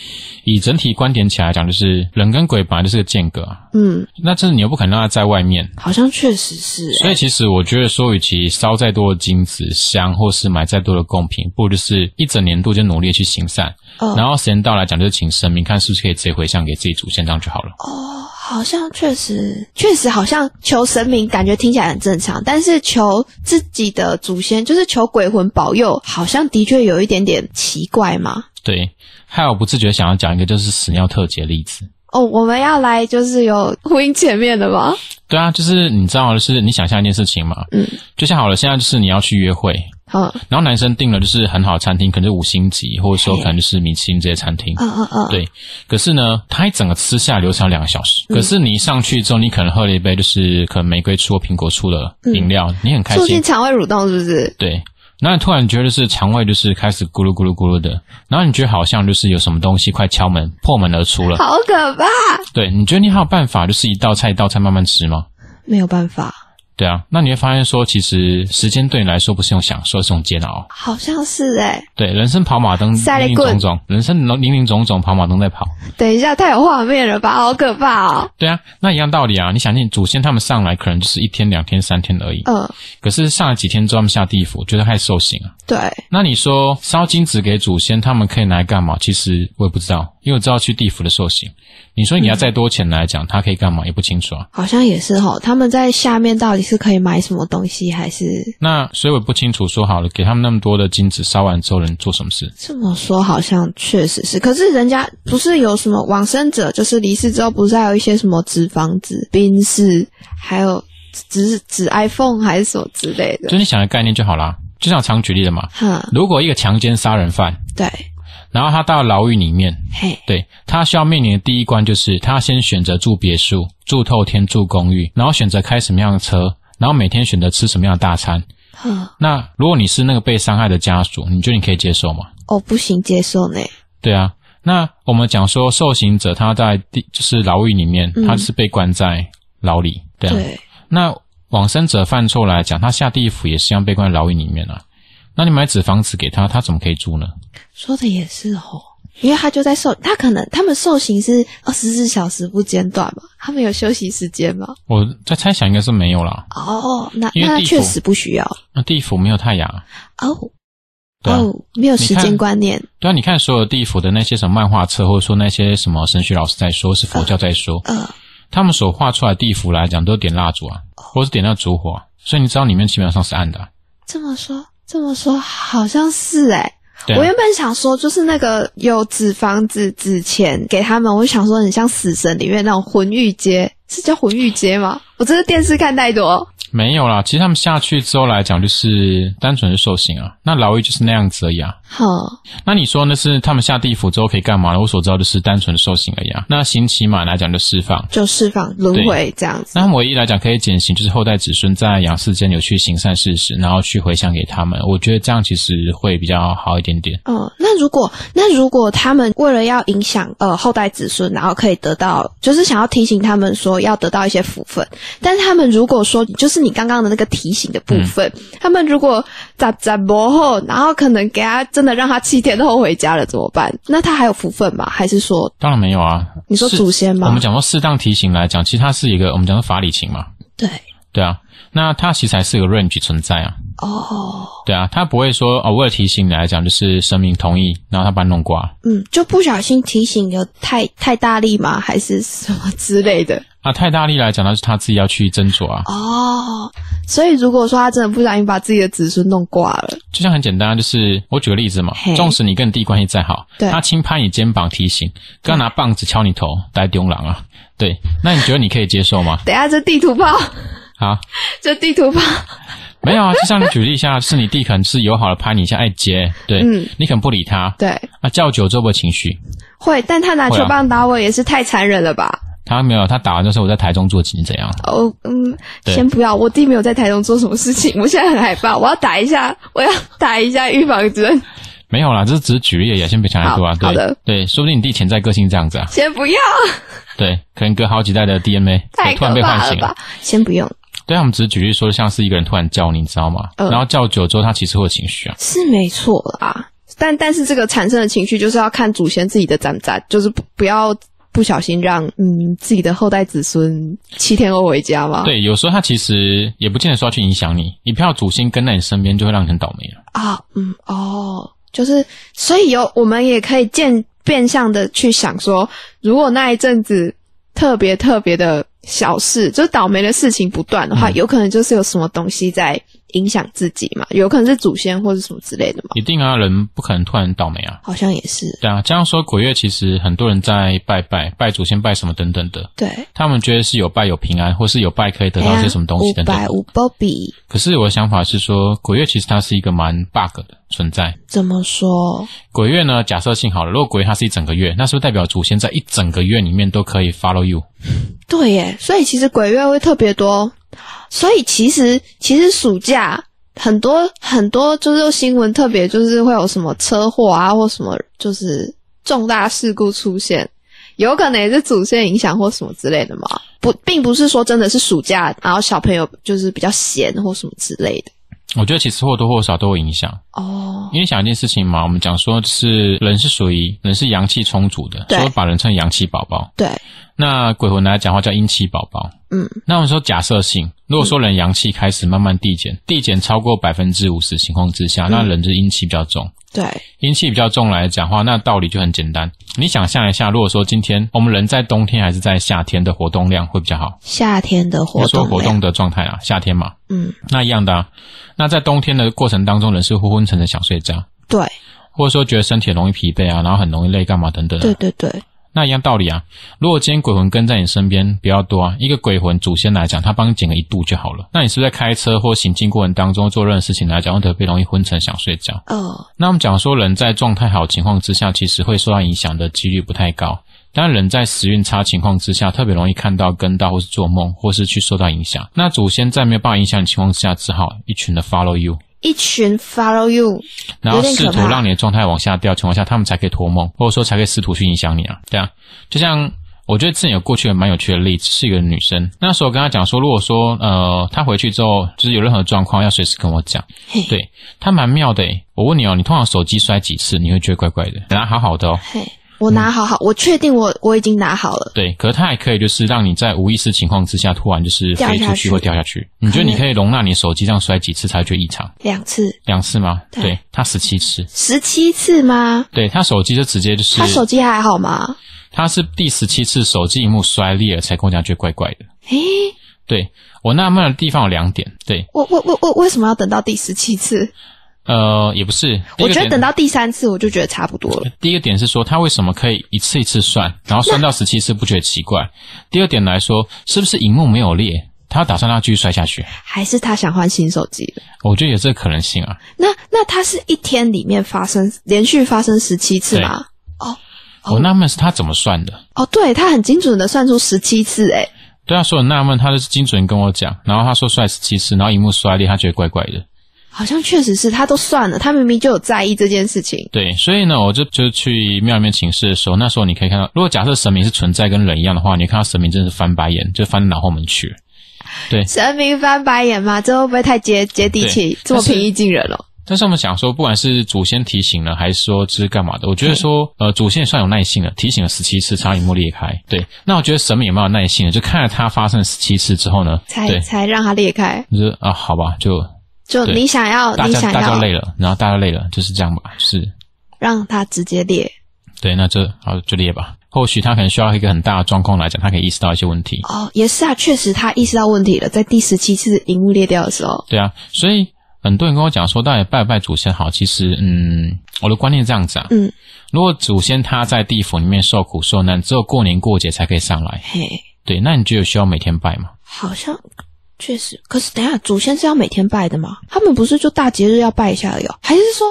Speaker 1: 以整体观点起来讲，就是人跟鬼本来就是个间隔啊，
Speaker 2: 嗯，
Speaker 1: 那这你又不可能让他在外面，
Speaker 2: 好像确实是、
Speaker 1: 所以其实我觉得说，与其烧再多的金子香，或是买再多的贡品，不如就是一整年度就努力地去行善，
Speaker 2: 嗯
Speaker 1: 然后时间到来讲就是请神明看是不是可以直接回向给自己祖先，这样就好了。
Speaker 2: 哦，好像确实，确实好像求神明，感觉听起来很正常，但是求自己的祖先，就是求鬼魂保佑，好像的确有一点点奇怪嘛。
Speaker 1: 对，还有不自觉想要讲一个就是屎尿特辑的例子。
Speaker 2: 哦，我们要来就是有呼应前面的吗？
Speaker 1: 对啊，就是你知道，就是你想象一件事情嘛，
Speaker 2: 嗯，
Speaker 1: 就像好了，现在就是你要去约会，
Speaker 2: 嗯
Speaker 1: 然后男生订了就是很好的餐厅，可能是五星级，或者说
Speaker 2: 嘿
Speaker 1: 可能就是米其林这些餐厅，
Speaker 2: 嗯嗯嗯，
Speaker 1: 对，可是呢，他一整个吃下来流程两个小时。可是你一上去之后，你可能喝了一杯就是可能玫瑰醋或苹果醋的饮料，你很开
Speaker 2: 促
Speaker 1: 心
Speaker 2: 进，肠胃蠕动是不是？
Speaker 1: 对。然后你突然觉得是肠胃就是开始咕噜咕噜咕噜的，然后你觉得好像就是有什么东西快敲门破门而出了。
Speaker 2: 好可怕！
Speaker 1: 对，你觉得你还有办法就是一道菜一道菜慢慢吃吗？
Speaker 2: 没有办法，
Speaker 1: 对啊，那你会发现说，其实时间对你来说不是一种享受，是一种煎熬。
Speaker 2: 好像是哎、
Speaker 1: 对，人生跑马灯，
Speaker 2: 塞
Speaker 1: 林
Speaker 2: 了
Speaker 1: 林
Speaker 2: 棍
Speaker 1: 总总，人生林林总总跑马灯在跑。
Speaker 2: 等一下，太有画面了吧？好可怕哦！
Speaker 1: 对啊，那一样道理啊。你想念祖先他们上来，可能就是一天、两天、三天而已。
Speaker 2: 嗯，
Speaker 1: 可是上了几天之后，他们下地府，觉得太受刑啊。
Speaker 2: 对，
Speaker 1: 那你说烧金纸给祖先，他们可以拿来干嘛？其实我也不知道，因为我知道去地府的受刑。你说你要再多钱来讲，他可以干嘛？也不清楚啊。
Speaker 2: 好像也是哦。他们在下面到底是可以买什么东西，还是
Speaker 1: 那所以我也不清楚，说好了，给他们那么多的金纸，烧完之后能做什么事？
Speaker 2: 这么说？好像确实是。可是人家不是有什么往生者，就是离世之后，不是还有一些什么纸房子、冰室，还有纸纸 iPhone 还是什么之类的？
Speaker 1: 就你想的概念就好啦。就像我常举例的嘛，
Speaker 2: 哈，
Speaker 1: 如果一个强奸杀人犯，
Speaker 2: 对，
Speaker 1: 然后他到牢狱里面，
Speaker 2: 嘿，
Speaker 1: 对他需要面临的第一关就是，他先选择住别墅、住透天、住公寓，然后选择开什么样的车，然后每天选择吃什么样的大餐。
Speaker 2: 哈，
Speaker 1: 那如果你是那个被伤害的家属，你觉得你可以接受吗？
Speaker 2: 哦，不行，接受呢。
Speaker 1: 对啊。那我们讲说，受刑者他在第就是牢狱里面，
Speaker 2: 嗯
Speaker 1: 他是被关在牢里，对啊。
Speaker 2: 对，
Speaker 1: 那往生者犯错来讲，他下地府也是一样被关在牢狱里面啊。那你买纸房子给他，他怎么可以住呢？
Speaker 2: 说的也是哦，因为他就在受，他可能他们受刑是二十四小时不间断嘛，他们有休息时间吗？
Speaker 1: 我在猜想，应该是没有啦。
Speaker 2: 哦，那
Speaker 1: 因为
Speaker 2: 那
Speaker 1: 地府
Speaker 2: 确实不需要
Speaker 1: 那地府没有太阳啊，
Speaker 2: 哦。
Speaker 1: 对啊
Speaker 2: 哦，没有时
Speaker 1: 你
Speaker 2: 间
Speaker 1: 看
Speaker 2: 观念，
Speaker 1: 对啊，你看所有地府的那些什么漫画册，或者说那些什么神学老师在说，是佛教在说，
Speaker 2: 呃，
Speaker 1: 他们所画出来的地府来讲，都点蜡烛啊，或是点那烛火啊、所以你知道里面基本上是暗的啊、
Speaker 2: 这么说这么说好像是哎、
Speaker 1: 对啊、
Speaker 2: 我原本想说，就是那个有纸房子、纸钱给他们，我想说很像《死神》里面那种混浴街，是叫混浴街吗？我真是电视看太多。
Speaker 1: 没有啦，其实他们下去之后来讲，就是单纯是受刑啊。那牢狱就是那样子而已啊。
Speaker 2: 哼，
Speaker 1: 那你说那是他们下地府之后可以干嘛呢？我所知道就是单纯的受刑而已啊。那刑期满来讲就释放。
Speaker 2: 就释放轮回这样子。
Speaker 1: 那唯一来讲可以减刑，就是后代子孙在阳世间有去行善事实，然后去回向给他们。我觉得这样其实会比较好一点点。
Speaker 2: 嗯，那如果那如果他们为了要影响呃后代子孙，然后可以得到，就是想要提醒他们说要得到一些福分，但是他们如果说就是你刚刚的那个提醒的部分，他们如果咋咋磨后，然后可能给他真的让他七天后回家了怎么办？那他还有福分吗？还是说
Speaker 1: 当然没有啊，
Speaker 2: 你说
Speaker 1: 是
Speaker 2: 祖先吗？
Speaker 1: 我们讲说适当提醒来讲，其实它是一个我们讲说法理情嘛，
Speaker 2: 对
Speaker 1: 对啊。那它其实还是有 range 存在啊，
Speaker 2: 哦，
Speaker 1: 对啊，它不会说哦，为了提醒你来讲就是神明同意，然后他把你弄挂。
Speaker 2: 嗯，就不小心提醒有太太大力吗？还是什么之类的？
Speaker 1: 啊，太大力来讲，那是他自己要去斟酌啊。
Speaker 2: 哦，所以如果说他真的不小心把自己的子孙弄挂了，
Speaker 1: 就像很简单，啊就是我举个例子嘛
Speaker 2: 嘿，
Speaker 1: 纵使你跟你弟关系再好，
Speaker 2: 对？
Speaker 1: 他轻拍你肩膀提醒，跟他拿棒子敲你头，呆丢狼啊，对，那你觉得你可以接受吗
Speaker 2: 等一下这地图炮，
Speaker 1: 啊，
Speaker 2: 这地图炮，
Speaker 1: 没有啊，就像你举例一下，是你弟可能是友好的拍你一下，哎姐，对，
Speaker 2: 嗯
Speaker 1: 你可能不理他，
Speaker 2: 对，
Speaker 1: 啊，叫久之后会不会情绪，
Speaker 2: 会，但他拿
Speaker 1: 会
Speaker 2: 球
Speaker 1: 啊
Speaker 2: 棒打我也是太残忍了吧？
Speaker 1: 他没有，他打完之后我在台中做警怎样？
Speaker 2: 哦，嗯，
Speaker 1: 对
Speaker 2: 先不要，我弟没有在台中做什么事情，我现在很害怕，我要打一下， 我要打一下预防针，
Speaker 1: 没有啦，这只是举例而已啊，先别想太多啊，
Speaker 2: 好好的
Speaker 1: 对对，说不定你弟潜在个性这样子啊，
Speaker 2: 先不要，
Speaker 1: 对，可能隔好几代的 DNA
Speaker 2: 太
Speaker 1: 突
Speaker 2: 可
Speaker 1: 然被唤
Speaker 2: 怕了
Speaker 1: 醒
Speaker 2: 吧？先不用，
Speaker 1: 对他们只是举例说，像是一个人突然叫你，你知道吗？
Speaker 2: 嗯
Speaker 1: 然后叫久之后，他其实会有情绪啊。
Speaker 2: 是没错啦，但但是这个产生的情绪就是要看祖先自己的长不长，就是不不要不小心让嗯自己的后代子孙七天后回家嘛。
Speaker 1: 对，有时候他其实也不见得说要去影响你，一票主心跟在你身边，就会让你很倒霉了。
Speaker 2: 啊，嗯哦，就是所以有我们也可以见变相的去想说，如果那一阵子特别特别的小事，就是倒霉的事情不断的话，
Speaker 1: 嗯
Speaker 2: 有可能就是有什么东西在影响自己嘛，有可能是祖先或者什么之类的嘛，
Speaker 1: 一定啊，人不可能突然倒霉啊。
Speaker 2: 好像也是
Speaker 1: 对啊，这样说鬼月其实很多人在拜拜，拜祖先拜什么等等的，
Speaker 2: 对。
Speaker 1: 他们觉得是有拜有平安，或是有拜可以得到一些什么东西
Speaker 2: 哎五
Speaker 1: 等等
Speaker 2: 百。五 Bobby
Speaker 1: 可是我的想法是说，鬼月其实它是一个蛮 bug 的存在。
Speaker 2: 怎么说？
Speaker 1: 鬼月呢，假设性好了，如果鬼月它是一整个月，那是不是代表祖先在一整个月里面都可以 follow you？
Speaker 2: 对耶，所以其实鬼月会特别多，哦所以其实其实暑假很多很多就是新闻特别就是会有什么车祸啊或什么就是重大事故出现，有可能也是祖先影响或什么之类的嘛，不，并不是说真的是暑假，然后小朋友就是比较闲或什么之类的
Speaker 1: 我觉得其实或多或少都有影响。
Speaker 2: 哦。
Speaker 1: 因为想一件事情嘛，我们讲说是人是属于人是阳气充足的，
Speaker 2: 对
Speaker 1: 所以把人称阳气宝宝。
Speaker 2: 对，
Speaker 1: 那鬼魂来讲话叫阴气宝宝。
Speaker 2: 嗯，
Speaker 1: 那我们说假设性，如果说人阳气开始慢慢递减，递减超过百分之五十情况之
Speaker 2: 嗯
Speaker 1: 下，那人就是阴气比较重。
Speaker 2: 对，
Speaker 1: 阴气比较重来讲话，那道理就很简单。你想象一下，如果说今天我们人在冬天还是在夏天的活动量会比较好，
Speaker 2: 夏天的活
Speaker 1: 就说
Speaker 2: 动
Speaker 1: 活
Speaker 2: 量
Speaker 1: 动的状态啊，夏天嘛，
Speaker 2: 嗯，
Speaker 1: 那一样的、啊。那在冬天的过程当中，人是昏昏沉沉想睡觉，
Speaker 2: 对，
Speaker 1: 或者说觉得身体很容易疲惫啊，然后很容易累，干嘛等等、
Speaker 2: 对
Speaker 1: 啊。
Speaker 2: 对对，
Speaker 1: 那一样道理啊，如果今天鬼魂跟在你身边比较多啊，一个鬼魂祖先来讲，他帮你减个一度就好了。那你是不是在开车或行进过程当中做任何事情来讲，会特别容易昏沉想睡觉？
Speaker 2: 呃，
Speaker 1: 那我们讲说，人在状态好情况之下，其实会受到影响的几率不太高。但人在时运差情况之下，特别容易看到、跟到，或是做梦，或是去受到影响。那祖先在没有办法影响你的情况之下，只好一群的 follow you，
Speaker 2: 一群 follow you
Speaker 1: 然后
Speaker 2: 有点
Speaker 1: 试
Speaker 2: 可
Speaker 1: 图
Speaker 2: 怕
Speaker 1: 让你的状态往下掉，情况下他们才可以托梦，或者说才可以试图去影响你啊，对啊。就像我觉得之前有过去的蛮有趣的例子，是一个女生，那时候我跟她讲说，如果说呃她回去之后就是有任何状况，要随时跟我讲
Speaker 2: 嘿。
Speaker 1: 对，欸她蛮妙的诶。我问你哦，你通常手机摔几次，你会觉得怪怪的？拿好好的哦，
Speaker 2: 嘿，我拿好好，我确定我我已经拿好了。
Speaker 1: 对，可是它还可以就是让你在无意识情况之下突然就是
Speaker 2: 掉
Speaker 1: 飞
Speaker 2: 下
Speaker 1: 出
Speaker 2: 去
Speaker 1: 去或掉下去。你觉得你可以容纳你手机这样摔几次才觉得异常？
Speaker 2: 两次，
Speaker 1: 两次吗？
Speaker 2: 对
Speaker 1: 对，它十七次。
Speaker 2: 十七次吗？
Speaker 1: 对他手机就直接就是
Speaker 2: 他，手机还好吗？
Speaker 1: 他是第十七次手机荧幕摔裂了才跟我讲，觉得怪怪的。
Speaker 2: 诶、
Speaker 1: 对我纳闷的地方有两点，对，
Speaker 2: 我我我我为什么要等到第十七次？
Speaker 1: 呃，也不是，第一个
Speaker 2: 我觉得
Speaker 1: 点
Speaker 2: 等到第三次我就觉得差不多了。
Speaker 1: 第一个点是说，他为什么可以一次一次算，然后算到十七次不觉得奇怪？第二点来说，是不是荧幕没有裂？他打算让它继续摔下去？啊
Speaker 2: 还是他想换新手机了？
Speaker 1: 我觉得有这个可能性啊。
Speaker 2: 那那他是一天里面发生连续发生十七次吗？
Speaker 1: 我纳闷是他怎么算的？
Speaker 2: 哦，对，他很精准的算出十七次，诶，
Speaker 1: 对啊他说很纳闷，他就是精准跟我讲，然后他说摔十七次，然后荧幕摔裂，他觉得怪怪的。
Speaker 2: 好像确实是他都算了，他明明就有在意这件事情。
Speaker 1: 对，所以呢，我就就去庙里面请示的时候，那时候你可以看到，如果假设神明是存在跟人一样的话，你看到神明真的是翻白眼，就翻到脑后门去了。
Speaker 2: 神明翻白眼嘛，这会不会太接接地气
Speaker 1: 对，
Speaker 2: 这么
Speaker 1: 但是
Speaker 2: 平易近人了、哦
Speaker 1: 但是我们想说，不管是祖先提醒了，还是说这是干嘛的，我觉得说，呃，祖先也算有耐性了，提醒了十七次，差荧幕裂开。对，那我觉得神明也蛮有耐性的，就看了它发生十七次之后呢，
Speaker 2: 才
Speaker 1: 对，
Speaker 2: 才让它裂开？
Speaker 1: 就是啊，好吧，就
Speaker 2: 就
Speaker 1: 对
Speaker 2: 你想要，
Speaker 1: 大
Speaker 2: 你
Speaker 1: 家
Speaker 2: 想
Speaker 1: 大家
Speaker 2: 要
Speaker 1: 累了，然后大家累了，就是这样吧，是
Speaker 2: 让它直接裂
Speaker 1: 对，那这好就裂吧。或许他可能需要一个很大的状况来讲，他可以意识到一些问题。
Speaker 2: 哦，也是啊，确实他意识到问题了，在第十七次荧幕裂掉的时候，
Speaker 1: 对啊，所以很多人跟我讲说，到底拜不拜祖先好？其实，嗯，我的观念是这样子啊，
Speaker 2: 嗯，
Speaker 1: 如果祖先他在地府里面受苦受难，只有过年过节才可以上来，
Speaker 2: 嘿，
Speaker 1: 对，那你觉得有需要每天拜吗？
Speaker 2: 好像确实。可是等一下，祖先是要每天拜的吗？他们不是就大节日要拜一下了哟？还是说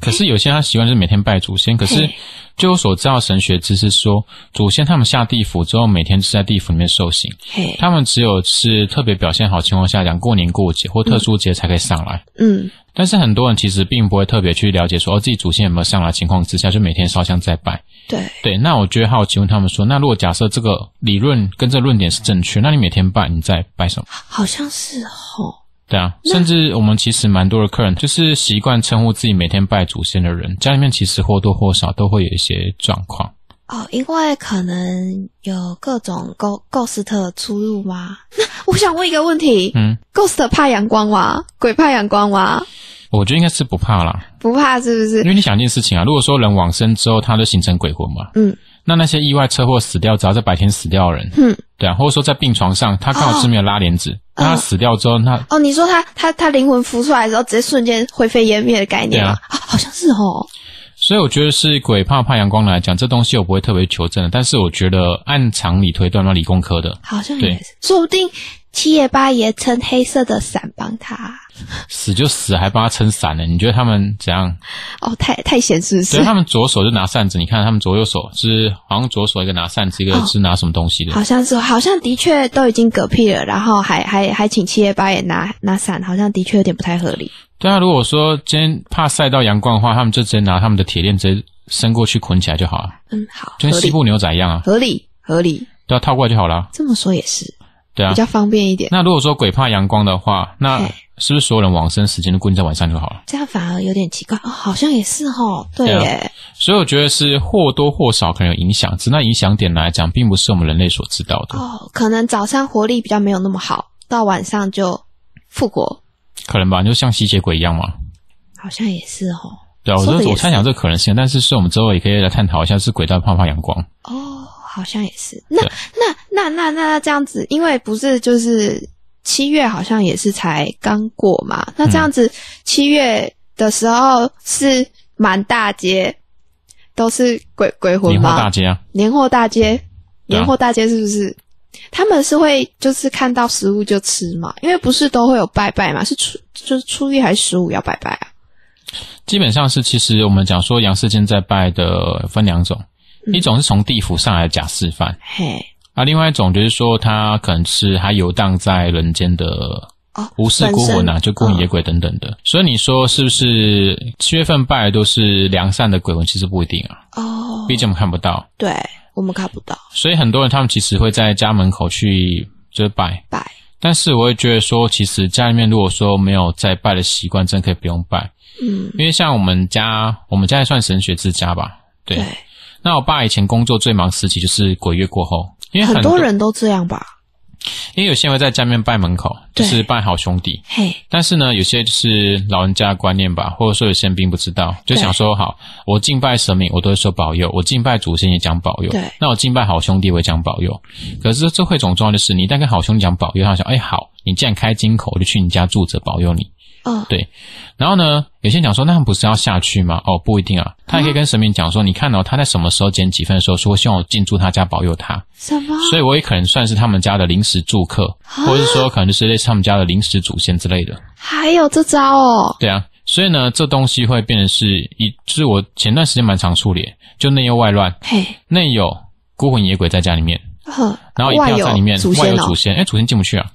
Speaker 1: 可是有些人他习惯就是每天拜祖先，可是
Speaker 2: 嘿
Speaker 1: 据我所知道的神学知识说，祖先他们下地府之后，每天是在地府里面受刑，
Speaker 2: 嘿，
Speaker 1: 他们只有是特别表现好情况下，讲过年过节或特殊节才可以上来。
Speaker 2: 嗯，
Speaker 1: 但是很多人其实并不会特别去了解说，哦，自己祖先有没有上来的情况之下，就每天烧香再拜。
Speaker 2: 对，
Speaker 1: 对，那我觉得好奇问他们说，那如果假设这个理论跟这个论点是正确，那你每天拜，你在拜什么？
Speaker 2: 好像是哦。
Speaker 1: 对啊，甚至我们其实蛮多的客人就是习惯称呼自己每天拜祖先的人，家里面其实或多或少都会有一些状况。
Speaker 2: 哦，因为可能有各种 Go Ghost 的出入吗？ 那我想问一个问题、
Speaker 1: 嗯，
Speaker 2: g h o s t 怕阳光吗？鬼怕阳光吗？
Speaker 1: 我觉得应该是不怕啦，
Speaker 2: 不怕是不是
Speaker 1: 因？为你想一件事情啊，如果说人往生之后，他就形成鬼魂嘛，
Speaker 2: 嗯，
Speaker 1: 那那些意外车祸死掉，只要在白天死掉的人，
Speaker 2: 嗯，
Speaker 1: 对啊，或者说在病床上，他刚好是没有拉帘子，那他死掉之后，那
Speaker 2: 哦，你说他他他灵魂浮出来的时候，直接瞬间灰飞烟灭的概念吗？啊、好像是哦。
Speaker 1: 所以我觉得是鬼怕怕阳光来讲，这东西我不会特别求证的，但是我觉得按常理推断，那理工科的
Speaker 2: 好像
Speaker 1: 对
Speaker 2: 也是，说不定七爷八爷撑黑色的伞帮他。
Speaker 1: 死就死，还帮他撑伞呢，你觉得他们怎样？
Speaker 2: 哦，太太闲是不是
Speaker 1: 所啊以？他们左手就拿扇子，你看他们左右手是好像左手一个拿扇子，一个
Speaker 2: 哦
Speaker 1: 是拿什么东西的。
Speaker 2: 好像是，哦好像的确都已经嗝屁了，然后还还还请七爷八爷拿拿伞，好像的确有点不太合理。
Speaker 1: 对啊，如果说今天怕晒到阳光的话，他们就直接拿他们的铁链直接伸过去捆起来就好了，
Speaker 2: 嗯，好，
Speaker 1: 就
Speaker 2: 合
Speaker 1: 跟西
Speaker 2: 理，
Speaker 1: 部牛仔一样啊，
Speaker 2: 合理，合理，
Speaker 1: 对啊，套过来就好了。
Speaker 2: 这么说也是
Speaker 1: 对啊
Speaker 2: 比，较方便一点。
Speaker 1: 那如果说鬼怕阳光的话，那
Speaker 2: 嘿
Speaker 1: 是不是所有人往生时间都固定在晚上就好了？
Speaker 2: 这样反而有点奇怪哦，好像也是哦，对
Speaker 1: 对啊
Speaker 2: 耶，
Speaker 1: 所以我觉得是或多或少可能有影响，只那影响点来讲，并不是我们人类所知道的，
Speaker 2: 哦，可能早上活力比较没有那么好，到晚上就复活，
Speaker 1: 可能吧？就像吸血鬼一样嘛。
Speaker 2: 好像也是哦。
Speaker 1: 对啊，我
Speaker 2: 说
Speaker 1: 就
Speaker 2: 得也
Speaker 1: 我猜想这个可能性，但是是我们之后也可以来探讨一下，是鬼到底怕不怕阳光？
Speaker 2: 哦，好像也是。那
Speaker 1: 对
Speaker 2: 那那那那这样子，因为不是就是七月好像也是才刚过嘛，那这样子七月的时候是满大街都是鬼鬼魂
Speaker 1: 年货大
Speaker 2: 吗？
Speaker 1: 街啊，
Speaker 2: 年货大街，
Speaker 1: 对啊
Speaker 2: 年货大街是不是？他们是会就是看到食物就吃嘛，因为不是都会有拜拜嘛，是初就是初一还是十五要拜拜啊？
Speaker 1: 基本上是其实我们讲说杨世坚在拜的分两种，
Speaker 2: 嗯
Speaker 1: 一种是从地府上来的假示范，
Speaker 2: 嘿，
Speaker 1: 啊，另外一种就是说他可能是还游荡在人间的
Speaker 2: 哦
Speaker 1: 无事孤魂
Speaker 2: 分
Speaker 1: 啊，
Speaker 2: 身嗯
Speaker 1: 就孤魂野鬼等等的。所以你说是不是七月份拜的都是良善的鬼魂？其实不一定啊，
Speaker 2: 哦，
Speaker 1: 毕竟我们看不到。
Speaker 2: 对我们看不到
Speaker 1: 所以很多人他们其实会在家门口去就是拜，
Speaker 2: 拜。
Speaker 1: 但是我会觉得说，其实家里面如果说没有在拜的习惯，真的可以不用拜，
Speaker 2: 嗯，
Speaker 1: 因为像我们家，我们家也算神学之家吧，对。
Speaker 2: 对，
Speaker 1: 那我爸以前工作最忙时期就是鬼月过后，因为
Speaker 2: 很
Speaker 1: 多
Speaker 2: 多，人都这样吧？
Speaker 1: 因为有些人会在家里面拜门口，就
Speaker 2: 对
Speaker 1: 是拜好兄弟。
Speaker 2: 嘿，
Speaker 1: 但是呢，有些就是老人家的观念吧，或者说有些人并不知道，就想说好，我敬拜神明，我都会说保佑；我敬拜祖先也讲保佑
Speaker 2: 对。
Speaker 1: 那我敬拜好兄弟，我也讲保佑。可是这会种状况就是，你一旦跟好兄弟讲保佑，他想，哎，好，你既然开金口，我就去你家住着保佑你。
Speaker 2: 哦，
Speaker 1: 对，然后呢，有些人讲说，那他们不是要下去吗？哦，不一定啊，他也可以跟神明讲说，你看哦，他在什么时候捡几份的时候，说希望我进驻他家保佑他，
Speaker 2: 什么？啊
Speaker 1: 所以我也可能算是他们家的临时住客，或者是说可能就是类似他们家的临时祖先之类的。
Speaker 2: 还有这招哦，
Speaker 1: 对啊，所以呢，这东西会变成是一，就是我前段时间蛮常处理，就内忧外乱，
Speaker 2: 嘿，
Speaker 1: 内有孤魂野鬼在家里面，
Speaker 2: 呵，
Speaker 1: 然后一定
Speaker 2: 外
Speaker 1: 要
Speaker 2: 有
Speaker 1: 在里面，
Speaker 2: 祖
Speaker 1: 外
Speaker 2: 先
Speaker 1: 有
Speaker 2: 哦
Speaker 1: 祖。先，哎、祖先进不去啊，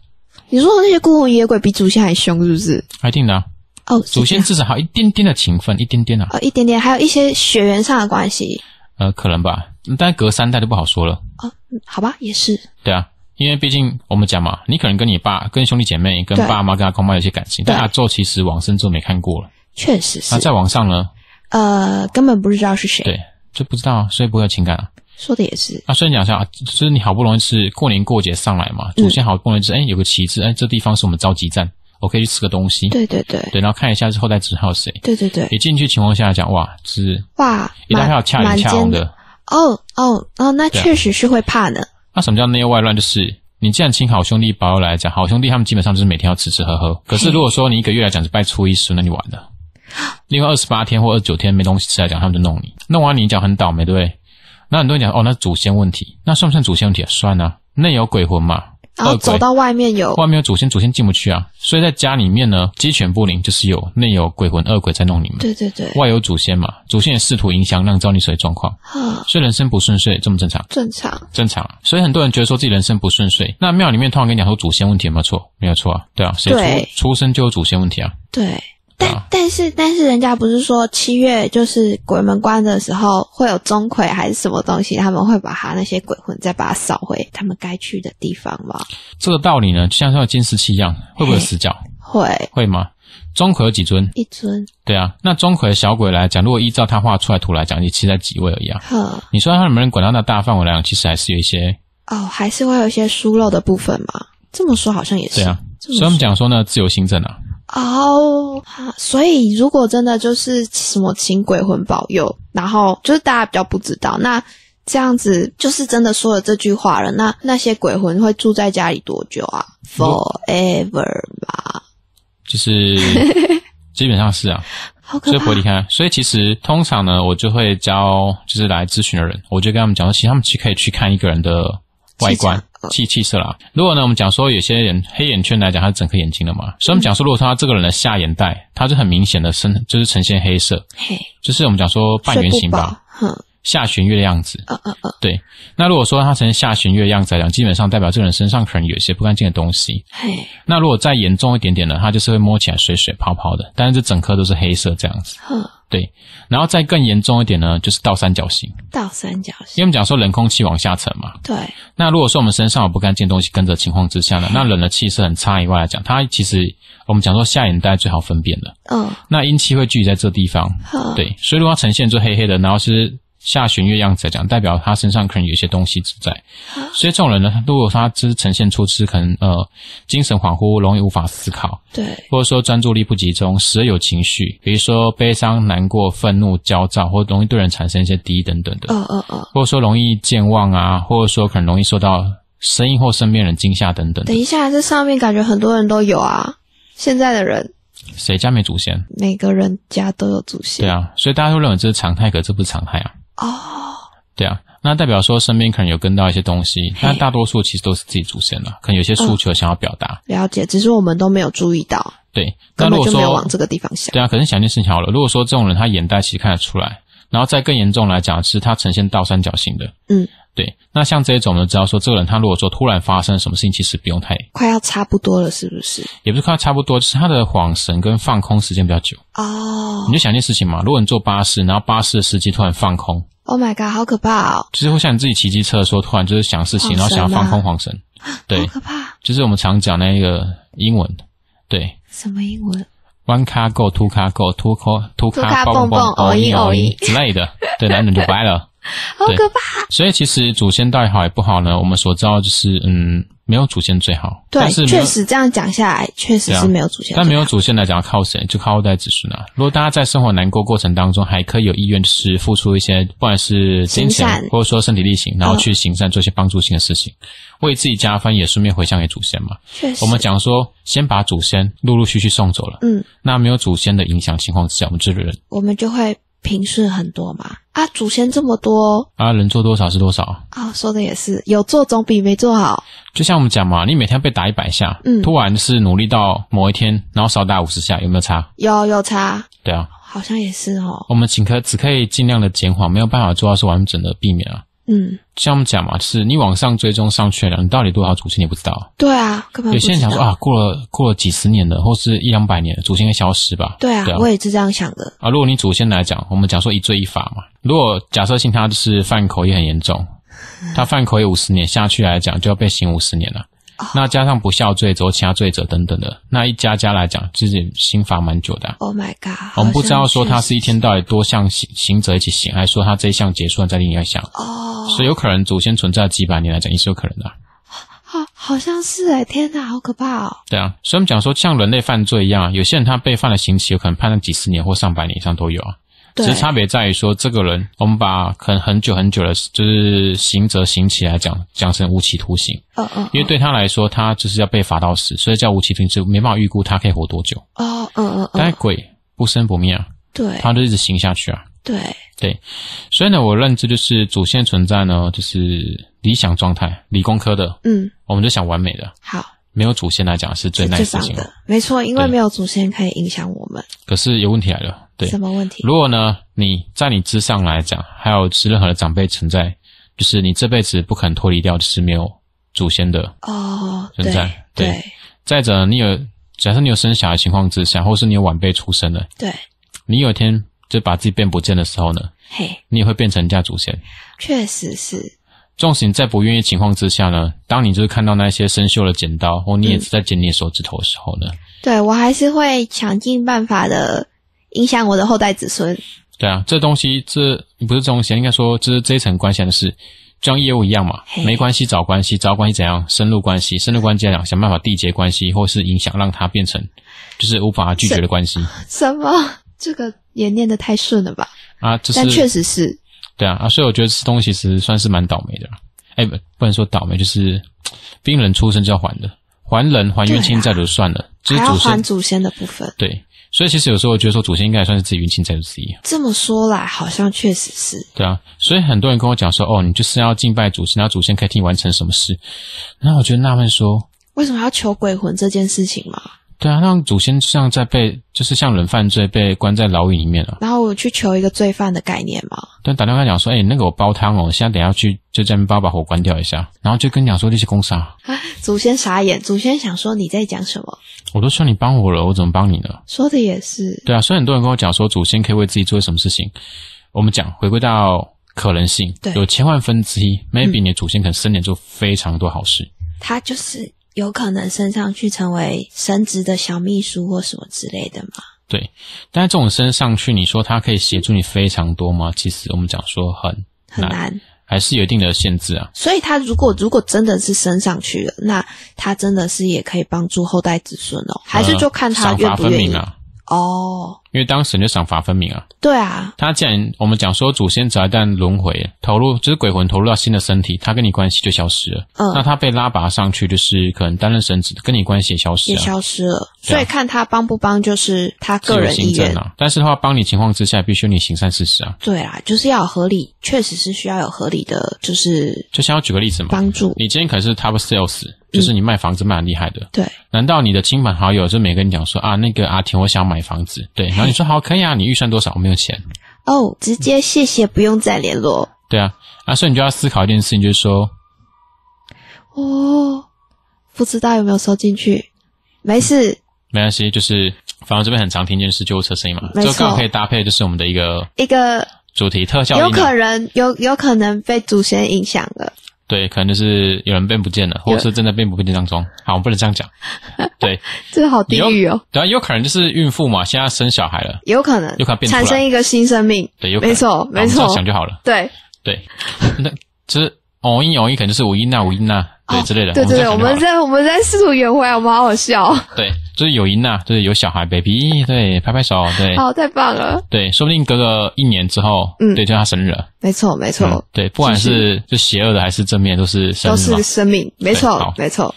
Speaker 2: 你说的那些孤魂野鬼比祖先还凶，是不是？
Speaker 1: 一定的、啊，
Speaker 2: 哦，
Speaker 1: 祖先
Speaker 2: 是这样
Speaker 1: 至少还有一点点的情分，一点点啊，
Speaker 2: 哦，一点点，还有一些血缘上的关系，
Speaker 1: 呃，可能吧，但隔三代就不好说了，
Speaker 2: 嗯好吧，也是
Speaker 1: 对啊。因为毕竟我们讲嘛，你可能跟你爸、跟兄弟姐妹、跟
Speaker 2: 对
Speaker 1: 爸妈、跟阿公妈有些感情，
Speaker 2: 对
Speaker 1: 但阿宙其实往生之后没看过了。
Speaker 2: 确实是
Speaker 1: 那，再往上呢？
Speaker 2: 呃，根本不知道是谁，
Speaker 1: 对，就不知道啊，所以不会有情感啊。
Speaker 2: 说的也是，
Speaker 1: 啊，所以你讲一下，就是你好不容易是过年过节上来嘛，
Speaker 2: 嗯
Speaker 1: 祖先好不容易是哎有个旗帜，哎这地方是我们召集站，我可以去吃个东西，
Speaker 2: 对对对，
Speaker 1: 对然后看一下是后代指号谁。
Speaker 2: 对对对，
Speaker 1: 一进去情况下讲，哇，是
Speaker 2: 哇，
Speaker 1: 一旦还有
Speaker 2: 蛮
Speaker 1: 恰
Speaker 2: 蛮
Speaker 1: 脸恰红
Speaker 2: 尖
Speaker 1: 的。
Speaker 2: 哦哦哦，那
Speaker 1: 对啊
Speaker 2: 确实是会怕呢，
Speaker 1: 那什么叫内忧外乱？就是你既然请好兄弟保佑来讲，好兄弟他们基本上就是每天要吃吃 喝喝。可是如果说你一个月来讲是拜初一十，那你完了。另外二十八天或二十九天没东西吃来讲，他们就弄你，弄完你讲很倒霉，对不对？那很多人讲哦，那祖先问题，那算不算祖先问题？算啊，内有鬼魂嘛，
Speaker 2: 然后
Speaker 1: 恶鬼
Speaker 2: 啊走到外面有
Speaker 1: 外面有祖先，祖先进不去啊，所以在家里面呢，鸡犬不宁，就是有内有鬼魂、恶鬼在弄你们，
Speaker 2: 对对对，
Speaker 1: 外有祖先嘛，祖先也试图影响，让你知道你所谓状况，
Speaker 2: 啊，
Speaker 1: 所以人生不顺遂，这么正常，
Speaker 2: 正常，
Speaker 1: 正常。所以很多人觉得说自己人生不顺遂，那庙里面通常跟你讲说祖先问题有没有错？没有错啊，对啊，谁
Speaker 2: 对
Speaker 1: 出出生就有祖先问题啊？
Speaker 2: 对。但
Speaker 1: 啊
Speaker 2: 但是但是，人家不是说七月就是鬼门关的时候会有钟馗还是什么东西，他们会把他那些鬼魂再把他扫回他们该去的地方吗？
Speaker 1: 这个道理呢，就像是有监视器一样，啊会不会有死角？
Speaker 2: 会
Speaker 1: 会吗？钟馗有几尊？
Speaker 2: 一尊，
Speaker 1: 对啊，那钟馗的小鬼来讲，如果依照他画出来的图来讲，也其实在几位而已啊。
Speaker 2: 呵，
Speaker 1: 你说他能不能管到那大范围来讲，其实还是有一些
Speaker 2: 哦，还是会有一些疏漏的部分嘛。这么说好像也是，
Speaker 1: 对啊，
Speaker 2: 这
Speaker 1: 所以
Speaker 2: 么
Speaker 1: 我们讲说呢，自由新政啊，
Speaker 2: 哦，啊所以如果真的就是什么请鬼魂保佑，然后就是大家比较不知道，那这样子就是真的说了这句话了，那那些鬼魂会住在家里多久啊？Forever
Speaker 1: 嗯
Speaker 2: 嘛，
Speaker 1: 就是 基本上是啊，
Speaker 2: 好可
Speaker 1: 所以
Speaker 2: 怕
Speaker 1: 不会离开。 所以其实通常呢，我就会教就是来咨询的人，我就跟他们讲说，其实他们其实可以去看一个人的外观
Speaker 2: 气嗯场。
Speaker 1: 气气色啦，如果呢，我们讲说有些人黑眼圈来讲，他是整颗眼睛的嘛，所以我们讲说，如果说他这个人的下眼袋，他就很明显的深，就是呈现黑色，
Speaker 2: 嘿，
Speaker 1: 就是我们讲说半圆
Speaker 2: 睡
Speaker 1: 形
Speaker 2: 不
Speaker 1: 吧
Speaker 2: 饱，，哼，
Speaker 1: 下弦月的样子。
Speaker 2: 嗯嗯嗯，
Speaker 1: 对，那如果说他呈现下弦月的样子来讲，基本上代表这个人身上可能有一些不干净的东西，
Speaker 2: 嘿，
Speaker 1: 那如果再严重一点点呢，它就是会摸起来水水泡泡的，但是这整颗都是黑色这样子。
Speaker 2: 哼，
Speaker 1: 对，然后再更严重一点呢，就是倒三角形，
Speaker 2: 倒三角
Speaker 1: 因为
Speaker 2: 形，
Speaker 1: 我们讲说人空气往下沉嘛。
Speaker 2: 对，
Speaker 1: 那如果说我们身上有不干净的东西跟着情况之下呢，那人的气色很差以外来讲，它其实我们讲说下眼袋最好分辨的，
Speaker 2: 嗯，
Speaker 1: 那阴气会聚集在这地方。
Speaker 2: 呵，
Speaker 1: 对，所以如果它呈现出黑黑的，然后是下弦月样子来讲，代表他身上可能有一些东西存在。所以这种人呢，他如果他只是呈现出是可能呃精神恍惚，容易无法思考，
Speaker 2: 对，
Speaker 1: 或者说专注力不集中，时而有情绪，比如说悲伤、难过、愤怒、焦躁，或容易对人产生一些敌意等等的，
Speaker 2: 嗯嗯嗯，
Speaker 1: 或者说容易健忘啊，或者说可能容易受到声音或身边人惊吓等等的
Speaker 2: 等。一下，这上面感觉很多人都有啊，现在的人
Speaker 1: 谁家没祖先？
Speaker 2: 每个人家都有祖先，
Speaker 1: 对啊，所以大家都认为这是常态，可这不是常态啊。
Speaker 2: 哦，
Speaker 1: 对啊，那代表说身边可能有跟到一些东西，但大多数其实都是自己祖先了，可能有些诉求想要表达。
Speaker 2: 了解，只是我们都没有注意到，
Speaker 1: 对，那
Speaker 2: 哦根
Speaker 1: 如
Speaker 2: 本
Speaker 1: 果
Speaker 2: 就没有
Speaker 1: 说
Speaker 2: 往这个地方想。
Speaker 1: 对啊，可是想一件事情好了，如果说这种人他眼袋其实看得出来，然后再更严重来讲是他呈现倒三角形的，
Speaker 2: 嗯，
Speaker 1: 对，那像这一种，我们就知道说这个人他如果说突然发生什么事情，其实不用太，
Speaker 2: 快要差不多了，是不是？
Speaker 1: 也不是看他差不多，就是他的恍神跟放空时间比较久。
Speaker 2: 哦
Speaker 1: 你就想一件事情嘛，如果你坐巴士，然后巴士的司机突然放空，
Speaker 2: ，Oh my god，好可怕哦，
Speaker 1: 就是会像你自己骑机车的时候，突然就是想事情，
Speaker 2: 恍神
Speaker 1: 然后想要放
Speaker 2: 吗
Speaker 1: 空恍神，啊对
Speaker 2: 好，可怕！
Speaker 1: 就是我们常讲那个英文，对
Speaker 2: 什么英文？
Speaker 1: ，one car go two car go two car two
Speaker 2: Two car 蹦蹦
Speaker 1: 蹦
Speaker 2: 偶一偶一
Speaker 1: 之类的，对，男人就白了。
Speaker 2: 好可怕！
Speaker 1: 所以其实祖先到底好与不好呢？我们所知道就是，嗯，没有祖先最好。但是
Speaker 2: 对，
Speaker 1: 没有
Speaker 2: 确实这样讲下来，确实
Speaker 1: 对啊
Speaker 2: 是没有祖先，
Speaker 1: 但没有祖先来讲，要靠谁？就靠后代子孙啊。如果大家在生活难过过程当中，还可以有意愿是付出一些，不管是金
Speaker 2: 行
Speaker 1: 钱
Speaker 2: 善嗯
Speaker 1: 或者说身体力行，然后去行善做一些帮助性的事情，为自己加分，也顺便回向给祖先嘛。
Speaker 2: 确实
Speaker 1: 我们讲说，先把祖先陆陆续续送走了，
Speaker 2: 嗯，
Speaker 1: 那没有祖先的影响情况之下，我们这个人
Speaker 2: 我们就会平顺很多嘛。啊，祖先这么多
Speaker 1: 啊，人做多少是多少。
Speaker 2: 啊，说的也是，有做总比没做好。
Speaker 1: 就像我们讲嘛，你每天被打一百下，
Speaker 2: 嗯
Speaker 1: 突然是努力到某一天，然后少打五十下，有没有差？
Speaker 2: 有有差，
Speaker 1: 对啊，
Speaker 2: 好像也是哦。
Speaker 1: 我们请可只可以尽量的减缓，没有办法做到是完整的避免啊。
Speaker 2: 嗯，
Speaker 1: 像我们讲嘛，是你往上追踪上去了，你到底多少祖先你不知道。
Speaker 2: 对啊，根本
Speaker 1: 有
Speaker 2: 不
Speaker 1: 些人
Speaker 2: 知
Speaker 1: 想说
Speaker 2: 道，
Speaker 1: 啊，过了过了几十年了，或是一两百年了，祖先会消失吧？
Speaker 2: 对啊，
Speaker 1: 对啊
Speaker 2: 我也是这样想的。
Speaker 1: 啊，如果你祖先来讲，我们讲说一罪一罚嘛。如果假设性他就是犯口业很严 重，他犯口业五十年下去来讲，就要被刑五十年了。
Speaker 2: 哦
Speaker 1: 那加上不孝罪责、其他罪责等等的，那一家家来讲，自己刑罚蛮久的啊、
Speaker 2: Oh my god！
Speaker 1: 我们不知道
Speaker 2: 好像
Speaker 1: 说他
Speaker 2: 确实
Speaker 1: 是一天到底多项刑刑责一起刑，还是说他这一项结束了再另一项，
Speaker 2: 哦，
Speaker 1: 所以有可能祖先存在几百年来讲也是有可能的啊、
Speaker 2: 好，好像是哎，天哪，好可怕哦！
Speaker 1: 对啊，所以我们讲说，像人类犯罪一样啊，有些人他被犯的刑期有可能判了几十年或上百年以上都有啊。只
Speaker 2: 对
Speaker 1: 是差别在于说，这个人我们把可能很久很久的，就是刑责刑期来讲，讲成无期徒刑，
Speaker 2: 嗯嗯，
Speaker 1: 因为对他来说，他就是要被罚到死，所以叫无期徒刑，是没办法预估他可以活多久。
Speaker 2: 哦，嗯嗯
Speaker 1: 但
Speaker 2: 嗯
Speaker 1: 是，鬼不生不灭啊，
Speaker 2: 对
Speaker 1: 他就一直刑下去啊。
Speaker 2: 对，
Speaker 1: 对，所以呢，我认知就是祖先存在呢，就是理想状态，理工科的，
Speaker 2: 嗯，
Speaker 1: 我们就想完美的，
Speaker 2: 好，
Speaker 1: 没有祖先来讲是最
Speaker 2: 是
Speaker 1: 难
Speaker 2: 最
Speaker 1: 的事
Speaker 2: 棒
Speaker 1: 情。
Speaker 2: 的，没错，因为
Speaker 1: 对
Speaker 2: 没有祖先可以影响我们，
Speaker 1: 可是有问题来了，对，
Speaker 2: 什么问题？
Speaker 1: 如果呢，你在你之上来讲，还有是任何的长辈存在，就是你这辈子不可能脱离掉，就是没有祖先的。
Speaker 2: 哦，
Speaker 1: 存
Speaker 2: 对
Speaker 1: 在对
Speaker 2: 对
Speaker 1: 再者，你有假设你有生小孩的情况之下，或是你有晚辈出生了，
Speaker 2: 对，
Speaker 1: 你有一天就把自己变不见的时候呢，
Speaker 2: 嘿，
Speaker 1: 你也会变成人家祖先。
Speaker 2: 确实是，
Speaker 1: 纵使你在不愿意的情况之下呢，当你就是看到那些生锈的剪刀，或你也
Speaker 2: 嗯
Speaker 1: 是在剪你的手指头的时候呢，
Speaker 2: 对我还是会想尽办法的影响我的后代子孙。
Speaker 1: 对啊，这东西这不是东西，应该说这是这一层关系的事，就像业务一样嘛，
Speaker 2: 嘿
Speaker 1: 没关系找关系，找关系怎样深入关系，深入关系来讲，想办法缔结关系，或是影响让它变成就是无法拒绝的关系
Speaker 2: 什么？这个也念得太顺了吧？
Speaker 1: 啊，这
Speaker 2: 但确
Speaker 1: 是
Speaker 2: 实是，
Speaker 1: 对啊啊，所以我觉得这东西其实算是蛮倒霉的啦，哎，不不能说倒霉，就是病人出生就要还的，还人还冤亲
Speaker 2: 对啊
Speaker 1: 债主就算了，这
Speaker 2: 还
Speaker 1: 是
Speaker 2: 要
Speaker 1: 祖
Speaker 2: 还
Speaker 1: 先
Speaker 2: 祖先的部分。
Speaker 1: 对，所以其实有时候我觉得说祖先应该也算是自己冤亲债主之一。
Speaker 2: 这么说来，好像确实是。
Speaker 1: 对啊，所以很多人跟我讲说，哦，你就是要敬拜祖先，那祖先可以替你完成什么事。那我觉得纳闷说，
Speaker 2: 为什么要求鬼魂这件事情嘛？
Speaker 1: 对啊，让祖先像在被，就是像人犯罪被关在牢狱里面啊。
Speaker 2: 然后我去求一个罪犯的概念嘛？
Speaker 1: 但打电话讲说，哎、那个我煲汤哦，现在等一下去就在那边帮我把火关掉一下，然后就跟你讲说这些啊工伤，
Speaker 2: 啊祖先傻眼，祖先想说你在讲什么？
Speaker 1: 我都说你帮我了，我怎么帮你呢？
Speaker 2: 说的也是，
Speaker 1: 对啊，所以很多人跟我讲说，祖先可以为自己做什么事情。我们讲回归到可能性
Speaker 2: 对，
Speaker 1: 有千万分之一，maybe 你的祖先可能生年做非常多好事。
Speaker 2: 他就是有可能升上去成为神职的小秘书或什么之类的嘛？
Speaker 1: 对，但是这种升上去，你说它可以协助你非常多吗？其实我们讲说很
Speaker 2: 很
Speaker 1: 难
Speaker 2: 难。
Speaker 1: 还是有一定的限制啊。
Speaker 2: 所以他如果如果真的是升上去了，那他真的是也可以帮助后代子孙哦，还是就看他
Speaker 1: 呃
Speaker 2: 愿
Speaker 1: 赏罚
Speaker 2: 不
Speaker 1: 分
Speaker 2: 愿意、
Speaker 1: 明啊，
Speaker 2: 哦？
Speaker 1: 因为当神就赏罚分明啊。
Speaker 2: 对啊，
Speaker 1: 他既然我们讲说祖先只要一旦轮回投入，就是鬼魂投入到新的身体，他跟你关系就消失了。
Speaker 2: 嗯
Speaker 1: 那他被拉拔上去，就是可能担任神职，跟你关系也消失
Speaker 2: 也
Speaker 1: 啊。
Speaker 2: 消失了。
Speaker 1: 对啊
Speaker 2: 所以看他帮不帮，就是他
Speaker 1: 自
Speaker 2: 个
Speaker 1: 由
Speaker 2: 人
Speaker 1: 行
Speaker 2: 意
Speaker 1: 政
Speaker 2: 愿。
Speaker 1: 啊，但是的话，帮你情况之下，必须你行善事实啊。
Speaker 2: 对啦，就是要有合理，确实是需要有合理的，就是
Speaker 1: 就像我举个例子嘛，
Speaker 2: 帮助。
Speaker 1: 你今天可能是 top sales，就是你卖房子卖很厉害的，
Speaker 2: 对，
Speaker 1: 难道你的亲朋好友就每个人讲说啊，那个阿田我想买房子，对，然后你说好可以啊，你预算多少？我没有钱，
Speaker 2: 哦，直接谢谢，不用再联络。
Speaker 1: 对啊，啊，所以你就要思考一件事情，就是说，
Speaker 2: 哦，不知道有没有收进去，没事，
Speaker 1: 没关系，就是反正这边很常听见是救护车声音嘛，
Speaker 2: 没
Speaker 1: 这
Speaker 2: 错
Speaker 1: 个刚好可以搭配，就是我们的一个
Speaker 2: 一个
Speaker 1: 主题特效
Speaker 2: 有
Speaker 1: 音啊
Speaker 2: 可能有有可能被祖先影响了。
Speaker 1: 对，可能就是有人变不见了，或者是真的变不见当中，好，我们不能这样 讲，对，
Speaker 2: 这个好地狱哦，
Speaker 1: 对啊，有可能就是孕妇嘛，现在生小孩了，
Speaker 2: 有可能
Speaker 1: 有可能变出来
Speaker 2: 产生一个新生命，
Speaker 1: 对，有可能啊
Speaker 2: 没错
Speaker 1: 好我们
Speaker 2: 没
Speaker 1: 这样
Speaker 2: 错
Speaker 1: 想就好了，
Speaker 2: 对，
Speaker 1: 对，那只是偶一偶一可能就是五一那五一那对、
Speaker 2: 哦
Speaker 1: 之类的。
Speaker 2: 对对对，我
Speaker 1: 我们
Speaker 2: 们
Speaker 1: 这样
Speaker 2: 在我们在试图圆回啊来，我们好好笑，哦
Speaker 1: 讲对，就是有一那，就是有小孩 baby，对，拍拍手，对、嗯
Speaker 2: 好，太棒了，
Speaker 1: 对，说不定隔个一年之后，
Speaker 2: 哦嗯
Speaker 1: 对，就他生日了。
Speaker 2: 没错没错，
Speaker 1: 嗯，对，不管是就邪恶的还是正面，都是生
Speaker 2: 都
Speaker 1: 日嘛
Speaker 2: 是。生命，没
Speaker 1: 对
Speaker 2: 错
Speaker 1: 好
Speaker 2: 没错，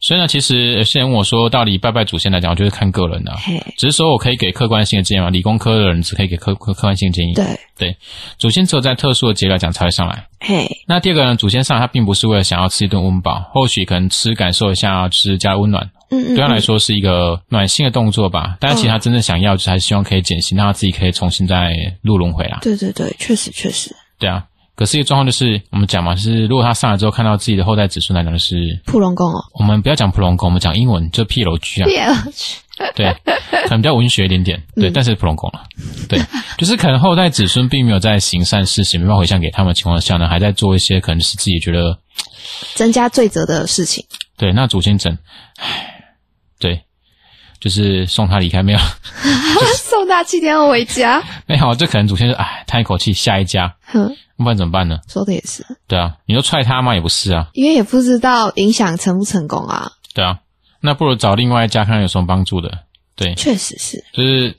Speaker 1: 所以呢，其实有些人问我说，到底拜拜祖先来讲，我觉得看个人的、啊
Speaker 2: 嘿，
Speaker 1: 只是说我可以给客观性的建议嘛，理工科的人只可以给客客客观性的建议。
Speaker 2: 对，
Speaker 1: 祖先只有在特殊的节来讲才会上来。
Speaker 2: 嘿，
Speaker 1: 那第二个呢，祖先上来他并不是为了想要吃一顿温饱，或许可能吃感受一下吃家的温暖，
Speaker 2: 嗯嗯，
Speaker 1: 对他来
Speaker 2: 嗯
Speaker 1: 说是一个暖心的动作吧。但是其实他真正想要，就是还是希望可以减薪，让他自己可以重新再入轮回啦。
Speaker 2: 对对对，确实确实，
Speaker 1: 对啊，可是一个状况就是我们讲嘛，就是如果他上来之后看到自己的后代子孙来讲，就是
Speaker 2: 普龙宫哦，
Speaker 1: 我们不要讲普龙宫，我们讲英文就 P 楼居啊，
Speaker 2: 变了，
Speaker 1: 对，可能比较文学一点点，对，但是普龙宫了，对，就是可能后代子孙并没有在行善事行，没办法回向给他们的情况下呢，还在做一些可能是自己觉得
Speaker 2: 增加罪责的事情，
Speaker 1: 对，那祖先枕，唉，对，就是送他离开没有？
Speaker 2: 送他七天后回家，
Speaker 1: 没有，哎这可能祖先是唉，叹一口气，下一家，
Speaker 2: 哼，
Speaker 1: 不然怎么办呢？
Speaker 2: 说的也是，
Speaker 1: 对啊，你说踹他吗？也不是啊，
Speaker 2: 因为也不知道影响成不成功啊，
Speaker 1: 对啊，那不如找另外一家看看有什么帮助的。对，
Speaker 2: 确实是，
Speaker 1: 就是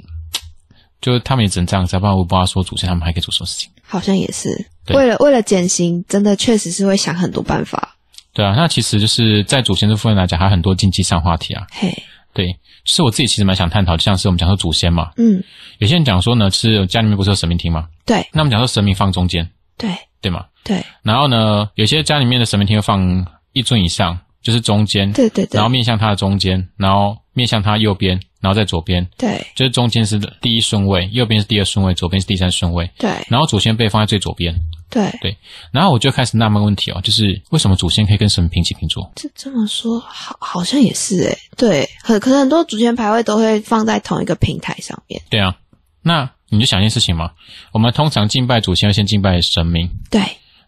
Speaker 1: 就是他们也只能这样子啊，不然我不知道说祖先他们还可以做什么事情。
Speaker 2: 好像也是，
Speaker 1: 对
Speaker 2: 为了为了减刑，真的确实是会想很多办法，
Speaker 1: 对啊，那其实就是在祖先这部分来讲，还有很多经济上话题啊。
Speaker 2: 嘿，
Speaker 1: 对，就是我自己其实蛮想探讨，就像是我们讲说祖先嘛，
Speaker 2: 嗯，
Speaker 1: 有些人讲说呢，是家里面不是有神明厅嘛，
Speaker 2: 对
Speaker 1: 那我们讲说神明放中间，
Speaker 2: 对
Speaker 1: 对吗？
Speaker 2: 对
Speaker 1: 然后呢，有些家里面的神明厅会放一尊以上，就是中间，
Speaker 2: 对对
Speaker 1: 然后
Speaker 2: 对
Speaker 1: 面向它的中间，然后面向它右边，然后在左边，
Speaker 2: 对
Speaker 1: 就是中间是第一顺位，右边是第二顺位，左边是第三顺位，
Speaker 2: 对
Speaker 1: 然后祖先被放在最左边。
Speaker 2: 对，
Speaker 1: 然后我就开始纳闷问题哦，就是为什么祖先可以跟神明平起平坐？
Speaker 2: 这这么说好好像也是诶，对，很可能很多祖先牌位都会放在同一个平台上面，
Speaker 1: 对啊，那你就想一件事情嘛，我们通常敬拜祖先会先敬拜神明，
Speaker 2: 对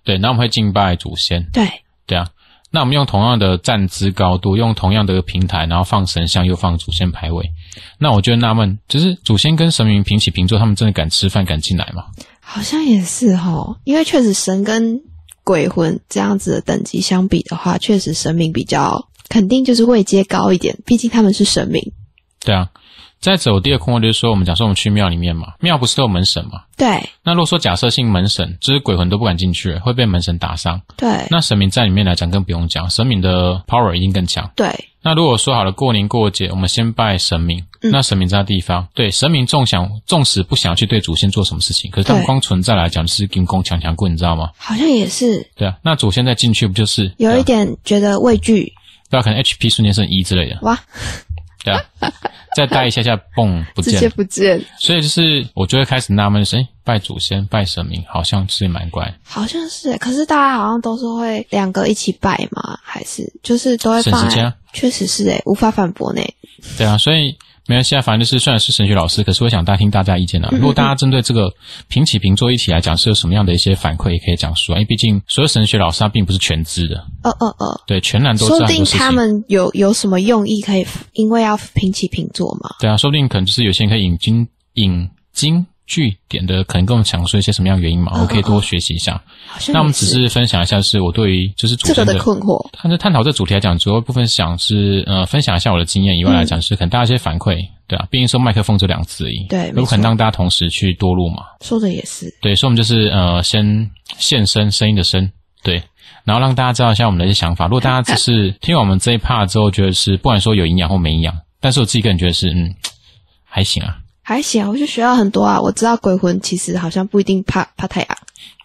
Speaker 1: 对，然后我们会敬拜祖先，
Speaker 2: 对
Speaker 1: 对啊。那我们用同样的站姿高度，用同样的平台，然后放神像，又放祖先牌位。那我就会纳闷，就是祖先跟神明平起平坐，他们真的敢吃饭、敢进来吗？
Speaker 2: 好像也是吼，因为确实神跟鬼魂这样子的等级相比的话，确实神明比较肯定就是位阶高一点，毕竟他们是神明。
Speaker 1: 对啊。再走第二空位就是说，我们假设我们去庙里面嘛，庙不是都有门神嘛？
Speaker 2: 对
Speaker 1: 那如果说假设性门神，就是鬼魂都不敢进去，会被门神打伤。
Speaker 2: 对
Speaker 1: 那神明在里面来讲更不用讲，神明的 power 一定更强。
Speaker 2: 对
Speaker 1: 那如果说好了，过年过节我们先拜神明，
Speaker 2: 嗯
Speaker 1: 那神明在的地方，对神明纵想纵使不想要去对祖先做什么事情，可是他们
Speaker 2: 对
Speaker 1: 光存在来讲就是金弓强强棍，你知道吗？
Speaker 2: 好像也是
Speaker 1: 对啊，那祖先再进去不就是
Speaker 2: 有
Speaker 1: 对
Speaker 2: 一
Speaker 1: 啊
Speaker 2: 点觉得畏惧
Speaker 1: 对啊，可能 HP 瞬间剩一之类的，
Speaker 2: 哇，
Speaker 1: 对啊，再待一下下，嘣不
Speaker 2: 直
Speaker 1: 见
Speaker 2: 接
Speaker 1: 了。
Speaker 2: 不见，
Speaker 1: 所以就是我就会开始纳闷，是哎拜祖先拜神明好像是蛮怪，
Speaker 2: 好像是欸。可是大家好像都是会两个一起拜嘛，还是就是都会
Speaker 1: 省
Speaker 2: 放
Speaker 1: 时间
Speaker 2: 在
Speaker 1: 啊，
Speaker 2: 确实是诶，无法反驳呢。
Speaker 1: 对啊， 所以没关系啊，反正就是虽然是神学老师，可是我想大听大家意 见啊。如果大家针对这个平起平坐一起来讲，是有什么样的一些反馈，也可以讲说，因为毕竟所有神学老师他并不是全知的，
Speaker 2: 呃呃呃，
Speaker 1: 对，全然都
Speaker 2: 说
Speaker 1: 知
Speaker 2: 不
Speaker 1: 道很
Speaker 2: 定
Speaker 1: 多事
Speaker 2: 他
Speaker 1: 情。
Speaker 2: 们有有什么用意，可以因为要平起平坐嘛？
Speaker 1: 对啊，说不定可能就是有些人可以引经引经据典的，可能跟我们讲说一些什么样的原因嘛，
Speaker 2: 嗯
Speaker 1: 我可以多学习一下。
Speaker 2: 好像
Speaker 1: 那我们
Speaker 2: 也
Speaker 1: 只是分享一下，是我对于就是祖
Speaker 2: 这个
Speaker 1: 先
Speaker 2: 的困惑。
Speaker 1: 但是探讨这主题来讲，主要部分想是呃分享一下我的经验以外
Speaker 2: 嗯
Speaker 1: 来讲，是可能大家一些反馈，对啊，毕竟说麦克风这两个字而已，
Speaker 2: 对没错
Speaker 1: 有可能让大家同时去多录嘛，
Speaker 2: 说的也是，
Speaker 1: 对，所以我们就是呃先现身声音的声，对，然后让大家知道一下我们的一些想法。如果大家只 是听完我们这一 part 之后，觉得是不管说有营养或没营养，但是我自己个人觉得是嗯还行啊，
Speaker 2: 还行啊，我就学到很多啊。我知道鬼魂其实好像不一定怕怕太阳，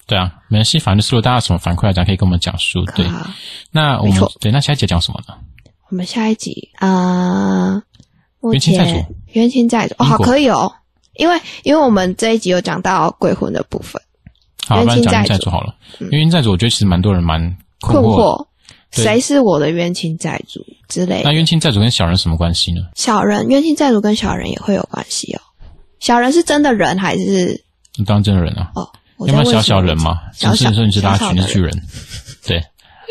Speaker 1: 对啊，没关系，反正就是如果大家有什么反馈来讲，可以跟我们讲述。对，
Speaker 2: 啊。
Speaker 1: 那我
Speaker 2: 没
Speaker 1: 们
Speaker 2: 错
Speaker 1: 对那下一节讲什么呢？
Speaker 2: 我们下一集啊，呃目
Speaker 1: 冤亲债主
Speaker 2: 前冤亲债主哦，
Speaker 1: 因
Speaker 2: 好
Speaker 1: 果
Speaker 2: 可以哦，因为因为我们这一集有讲到鬼魂的部分，
Speaker 1: 好，
Speaker 2: 冤
Speaker 1: 不然
Speaker 2: 亲
Speaker 1: 讲冤
Speaker 2: 债
Speaker 1: 债
Speaker 2: 主嗯
Speaker 1: 主好了，冤亲债主我觉得其实蛮多人蛮困
Speaker 2: 困
Speaker 1: 惑的。
Speaker 2: 惑
Speaker 1: 对
Speaker 2: 谁是我的冤亲债主之类
Speaker 1: 那
Speaker 2: 的。
Speaker 1: 冤亲债主跟小人什么关系呢？
Speaker 2: 小人冤亲债主跟小人也会有关系哦。小人是真的人还是
Speaker 1: 当然真的人啊，
Speaker 2: 哦？我
Speaker 1: 要
Speaker 2: 在
Speaker 1: 不然
Speaker 2: 问
Speaker 1: 小
Speaker 2: 什么
Speaker 1: 小人
Speaker 2: 问题
Speaker 1: 嘛，
Speaker 2: 小
Speaker 1: 就是
Speaker 2: 小
Speaker 1: 说你是拉
Speaker 2: 小小
Speaker 1: 群，你
Speaker 2: 的
Speaker 1: 是巨人，对，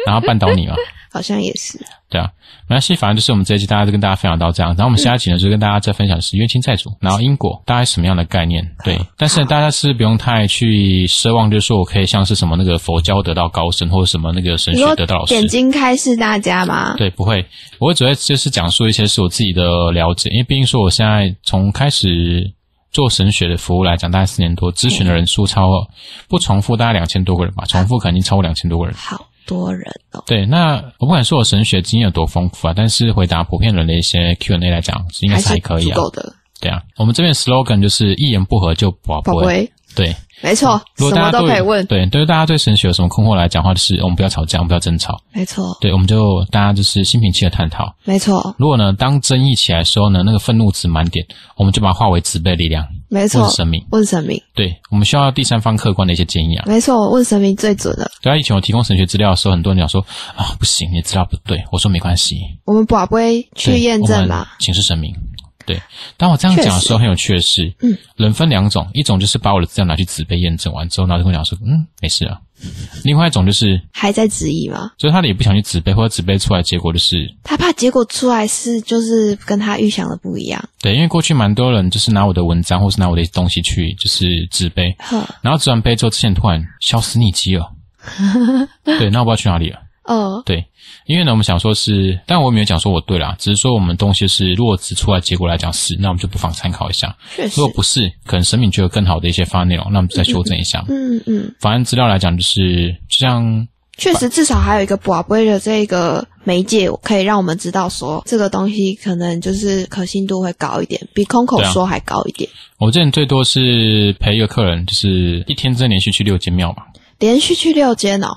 Speaker 1: 然后绊倒你嘛，
Speaker 2: 好像也是
Speaker 1: 对啊，没关系，反正就是我们这一集大家就跟大家分享到这样，然后我们下一集呢就跟大家再分享是冤亲债
Speaker 2: 嗯
Speaker 1: 主，然后因果大概是什么样的概念，对。但是呢大家是不用太去奢望，就是说我可以像是什么那个佛教得到高僧，或者什么那个神
Speaker 2: 你
Speaker 1: 学
Speaker 2: 说
Speaker 1: 得到老师，
Speaker 2: 点睛开示大家 吗？
Speaker 1: 对，不会，我只会就是讲述一些是我自己的了解，因为毕竟说我现在从开始做神学的服务来讲，大概四年多，咨询的人数超过不重复大概两千多个人吧，重复肯定超过两千多个人。
Speaker 2: 好多人哦，
Speaker 1: 对，那我不敢说我神学经验有多丰富啊，但是回答普遍人的一些 Q&A 来讲，应该
Speaker 2: 还
Speaker 1: 是还可以
Speaker 2: 足
Speaker 1: 啊。
Speaker 2: 够的，
Speaker 1: 对啊，我们这边 slogan 就是一言不合就宝
Speaker 2: 宝
Speaker 1: 贝。
Speaker 2: 贝，
Speaker 1: 对，
Speaker 2: 没错，
Speaker 1: 如
Speaker 2: 什
Speaker 1: 果大
Speaker 2: 么
Speaker 1: 家
Speaker 2: 都
Speaker 1: 有
Speaker 2: 可以问，
Speaker 1: 对，对，大家对神学有什么困惑来讲的话，就是我们不要吵架，我们不要争吵，
Speaker 2: 没错，
Speaker 1: 对，我们就大家就是心平气和探讨。
Speaker 2: 没错，
Speaker 1: 如果呢，当争议起来的时候呢，那个愤怒值满点，我们就把它化为慈悲力量，
Speaker 2: 没
Speaker 1: 问
Speaker 2: 错，
Speaker 1: 神明。
Speaker 2: 问神明，
Speaker 1: 对，我们需要第三方客观的一些建议啊。
Speaker 2: 没错，问神明最准了。
Speaker 1: 对啊，以前我提供神学资料的时候，很多人讲说啊，不行，你资料不对。我说没关系，
Speaker 2: 我们宝贝去
Speaker 1: 对
Speaker 2: 验
Speaker 1: 我
Speaker 2: 证
Speaker 1: 们
Speaker 2: 嘛，
Speaker 1: 请示神明。对，当我这样讲的时候，很有趣的是，嗯，人分两种，一种就是把我的资料拿去慈悲验证完之后，然后就跟我讲说，嗯，没事啊。 另外一种就是，
Speaker 2: 还在质疑吗？
Speaker 1: 就是他也不想去慈悲，或者慈悲出来的结果就是
Speaker 2: 他怕结果出来是就是跟他预想的不一样，
Speaker 1: 对，因为过去蛮多人就是拿我的文章或是拿我的东西去就是自卑，
Speaker 2: 呵，
Speaker 1: 然后自完卑之后，之前突然消失匿迹了。对，那我不知道去哪里了。
Speaker 2: 呃，
Speaker 1: 对，因为呢，我们想说是，但我也没有讲说我对啦，只是说我们东西是，如果只出来结果来讲是，那我们就不妨参考一下；
Speaker 2: 确实
Speaker 1: 如果，不是，可能神明觉得更好的一些方案内容，那我们再修正一下。
Speaker 2: 嗯嗯，
Speaker 1: 反正资料来讲，就是就像
Speaker 2: 确实，至少还有一个宝贝的这个媒介，可以让我们知道说这个东西可能就是可信度会高一点，比空口
Speaker 1: 对啊
Speaker 2: 说还高一点。
Speaker 1: 我之前最多是陪一个客人，就是一天之内连续去六间庙嘛。
Speaker 2: 连续去六间哦，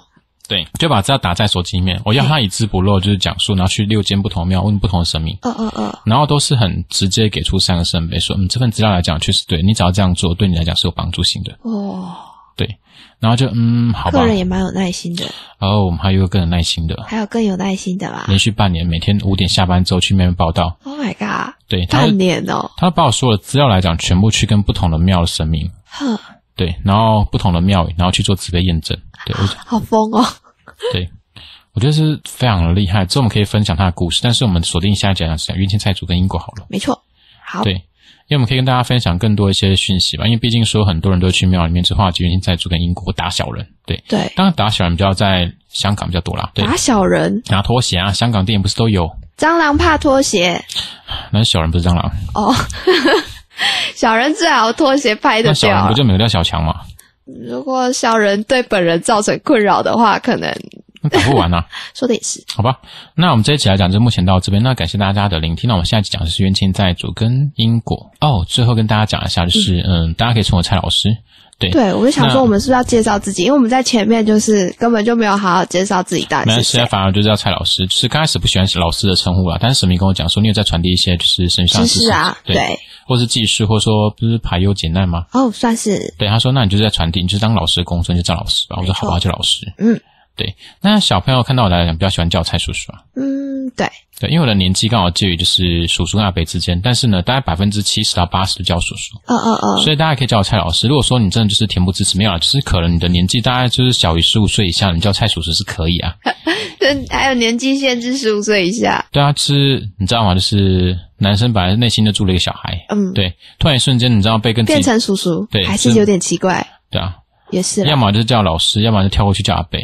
Speaker 1: 对，就把资料打在手机里面，我要他一字不漏，就是讲述，然后去六间不同庙问不同的神明。
Speaker 2: 呃呃呃，
Speaker 1: 然后都是很直接给出三个圣杯，说嗯这份资料来讲确实对你只要这样做，对你来讲是有帮助性的，
Speaker 2: 哦，
Speaker 1: 对。然后就嗯好吧
Speaker 2: 客，人也蛮有耐心的，
Speaker 1: 然后我们还有一个更有耐心的，
Speaker 2: 还有更有耐心的吧
Speaker 1: 连续半年每天五点下班之后去那边报道，
Speaker 2: ？Oh my god，
Speaker 1: 对他
Speaker 2: 半年哦，
Speaker 1: 他把我所有的资料来讲全部去跟不同的庙的神明，
Speaker 2: 呵，
Speaker 1: 对，然后不同的庙宇，然后去做慈悲验证，对我
Speaker 2: 好疯哦，
Speaker 1: 对。我觉得是非常的厉害，之后我们可以分享他的故事，但是我们锁定下一集来讲是讲冤亲债主跟因果好了。
Speaker 2: 没错，好，
Speaker 1: 对，因为我们可以跟大家分享更多一些讯息吧，因为毕竟说很多人都去庙里面去化解冤亲债主跟因果打小人，对，
Speaker 2: 对，
Speaker 1: 当然打小人比较在香港比较多啦，对，
Speaker 2: 打小人，
Speaker 1: 拿拖鞋啊，香港电影不是都有，
Speaker 2: 蟑螂怕拖鞋
Speaker 1: 那小人不是蟑螂，
Speaker 2: 哦， 小人最好拖鞋拍
Speaker 1: 那
Speaker 2: 得
Speaker 1: 小人
Speaker 2: 掉啊
Speaker 1: 不
Speaker 2: 了。
Speaker 1: 就没有叫小强嘛，
Speaker 2: 如果小人对本人造成困扰的话，可能
Speaker 1: 那打不 完啊，
Speaker 2: 说的也是。
Speaker 1: 好吧，那我们这一期来讲就目前到这边，那感谢大家的聆听，那我们下一期讲的是冤亲债主跟因果哦，最后跟大家讲一下就是，嗯，大家可以称我蔡老师，对。
Speaker 2: 对，我就想
Speaker 1: 那
Speaker 2: 说，我们是不是要介绍自己？因为我们在前面就是根本就没有好好介绍自己到
Speaker 1: 没
Speaker 2: 底是
Speaker 1: 关系啊，
Speaker 2: 谁。
Speaker 1: 反而就叫蔡老师。就是刚开始不喜欢老师的称呼啦，啊但是神明跟我讲说，你有在传递一些就是神学上的
Speaker 2: 知
Speaker 1: 知
Speaker 2: 识
Speaker 1: 识
Speaker 2: 啊，
Speaker 1: 对，
Speaker 2: 对，
Speaker 1: 或是技术，或者说不是排忧解难吗？
Speaker 2: 哦，算是
Speaker 1: 对，他说那你就是在传递，你就是当老师的工作，你就叫老师吧。我说好吧，就老师。
Speaker 2: 嗯，
Speaker 1: 对。那小朋友看到我来讲，比较喜欢叫我蔡叔叔啊。
Speaker 2: 嗯，对，
Speaker 1: 对，因为我的年纪刚好介于就是叔叔跟阿伯之间，但是呢，大概百分之七十到八十都叫我叔叔，
Speaker 2: 呃呃呃，
Speaker 1: 所以大家可以叫我蔡老师。如果说你真的就是恬不知耻，没有啊，就是可能你的年纪大概就是小于十五岁以下，你叫蔡叔叔是可以啊。
Speaker 2: 嗯 还有年纪限制十五岁以下，
Speaker 1: 对啊，就是你知道吗？就是男生本来内心就住了一个小孩，
Speaker 2: 嗯，
Speaker 1: 对，突然一瞬间你知道被跟自
Speaker 2: 变
Speaker 1: 己
Speaker 2: 成叔叔，
Speaker 1: 对
Speaker 2: 还是
Speaker 1: 是
Speaker 2: 有点奇怪，
Speaker 1: 对啊，
Speaker 2: 也是啦
Speaker 1: 要么就是叫老师，要么就跳过去叫阿伯。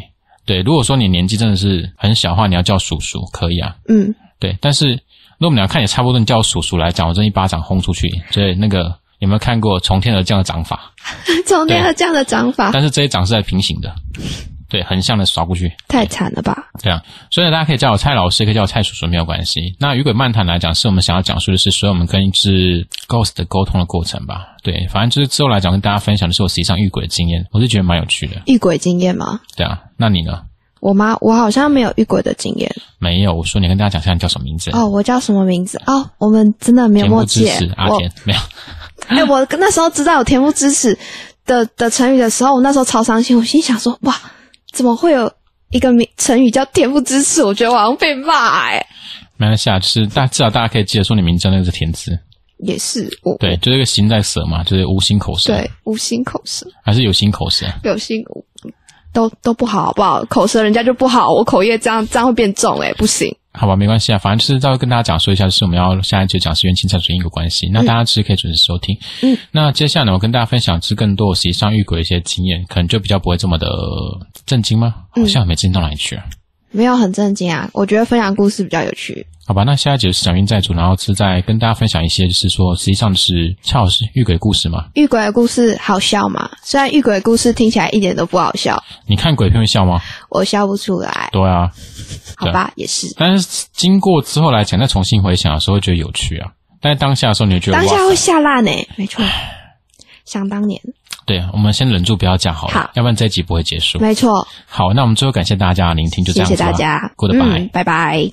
Speaker 1: 对，如果说你年纪真的是很小的话，你要叫叔叔可以啊。
Speaker 2: 嗯，
Speaker 1: 对，但是如果我们俩看也差不多，你叫我叔叔来讲，我真一巴掌轰出去。所以那个有没有看过从天而降的掌法？
Speaker 2: 啊从天而降的掌法
Speaker 1: 但是这一掌是在平行的，对，横向的刷过去。
Speaker 2: 太惨了吧？
Speaker 1: 对啊，所以大家可以叫我蔡老师，可以叫我蔡叔叔，没有关系。那与鬼漫谈来讲，是我们想要讲述的是，所以我们跟一只 ghost 的沟通的过程吧。对，反正就是之后来讲，跟大家分享的是我实际上遇鬼的经验，我是觉得蛮有趣的。
Speaker 2: 遇鬼经验吗？
Speaker 1: 对啊，那你呢？
Speaker 2: 我妈，我好像没有遇鬼的经验
Speaker 1: 没有，我说你跟大家讲一下你叫什么名字。
Speaker 2: 哦。我叫什么名字？哦，我们真的没有
Speaker 1: 恬
Speaker 2: 默
Speaker 1: 不
Speaker 2: 契
Speaker 1: 知
Speaker 2: 耶
Speaker 1: 耻。阿
Speaker 2: 我
Speaker 1: 田没有，
Speaker 2: 哎、我那时候知道有恬不知耻的的成语的时候，我那时候超伤心，我心想说，哇，怎么会有一个名成语叫恬不知耻？我觉得我好像被骂哎、
Speaker 1: 没关系啊，就是大至少大家可以记得说你名字那个是田字，
Speaker 2: 也是我
Speaker 1: 对，就是一个心在蛇嘛，就是无心口舌，
Speaker 2: 嗯对，无心口舌，
Speaker 1: 还是有心口舌？
Speaker 2: 有心都都不好，好不好？口舌人家就不好，我口业这样这样会变重哎、不行。
Speaker 1: 好吧，没关系啊，反正就是要跟大家讲说一下，就是我们要下一节讲是冤亲债主因果关系，那大家其实可以准时收听。
Speaker 2: 嗯，
Speaker 1: 那接下来呢，我跟大家分享是更多我实际上遇鬼的一些经验，可能就比较不会这么的震惊吗？
Speaker 2: 嗯
Speaker 1: 好像也没震到哪里去啊。
Speaker 2: 没有很震惊啊，我觉得分享故事比较有趣。
Speaker 1: 好吧，那下一节是讲冤债主，然后是再跟大家分享一些，就是说实际上就是恰好是遇鬼故事嘛。
Speaker 2: 遇鬼的故事好笑吗？虽然遇鬼的故事听起来一点都不好笑，
Speaker 1: 你看鬼片会笑吗？
Speaker 2: 我笑不出来，
Speaker 1: 对啊，
Speaker 2: 好吧，也是。
Speaker 1: 但是经过之后来讲，再重新回想的时候会觉得有趣啊。但是当下的时候，你会觉得
Speaker 2: 当下
Speaker 1: 哇，
Speaker 2: 会吓烂呢，没错。想当年，
Speaker 1: 对，我们先忍住不要讲好了，
Speaker 2: 好
Speaker 1: 要不然这一集不会结束。
Speaker 2: 没错。
Speaker 1: 好，那我们最后感谢大家的聆听，就这
Speaker 2: 谢
Speaker 1: 样子
Speaker 2: 谢
Speaker 1: 啦
Speaker 2: 大家
Speaker 1: Goodbye。
Speaker 2: 嗯，拜拜。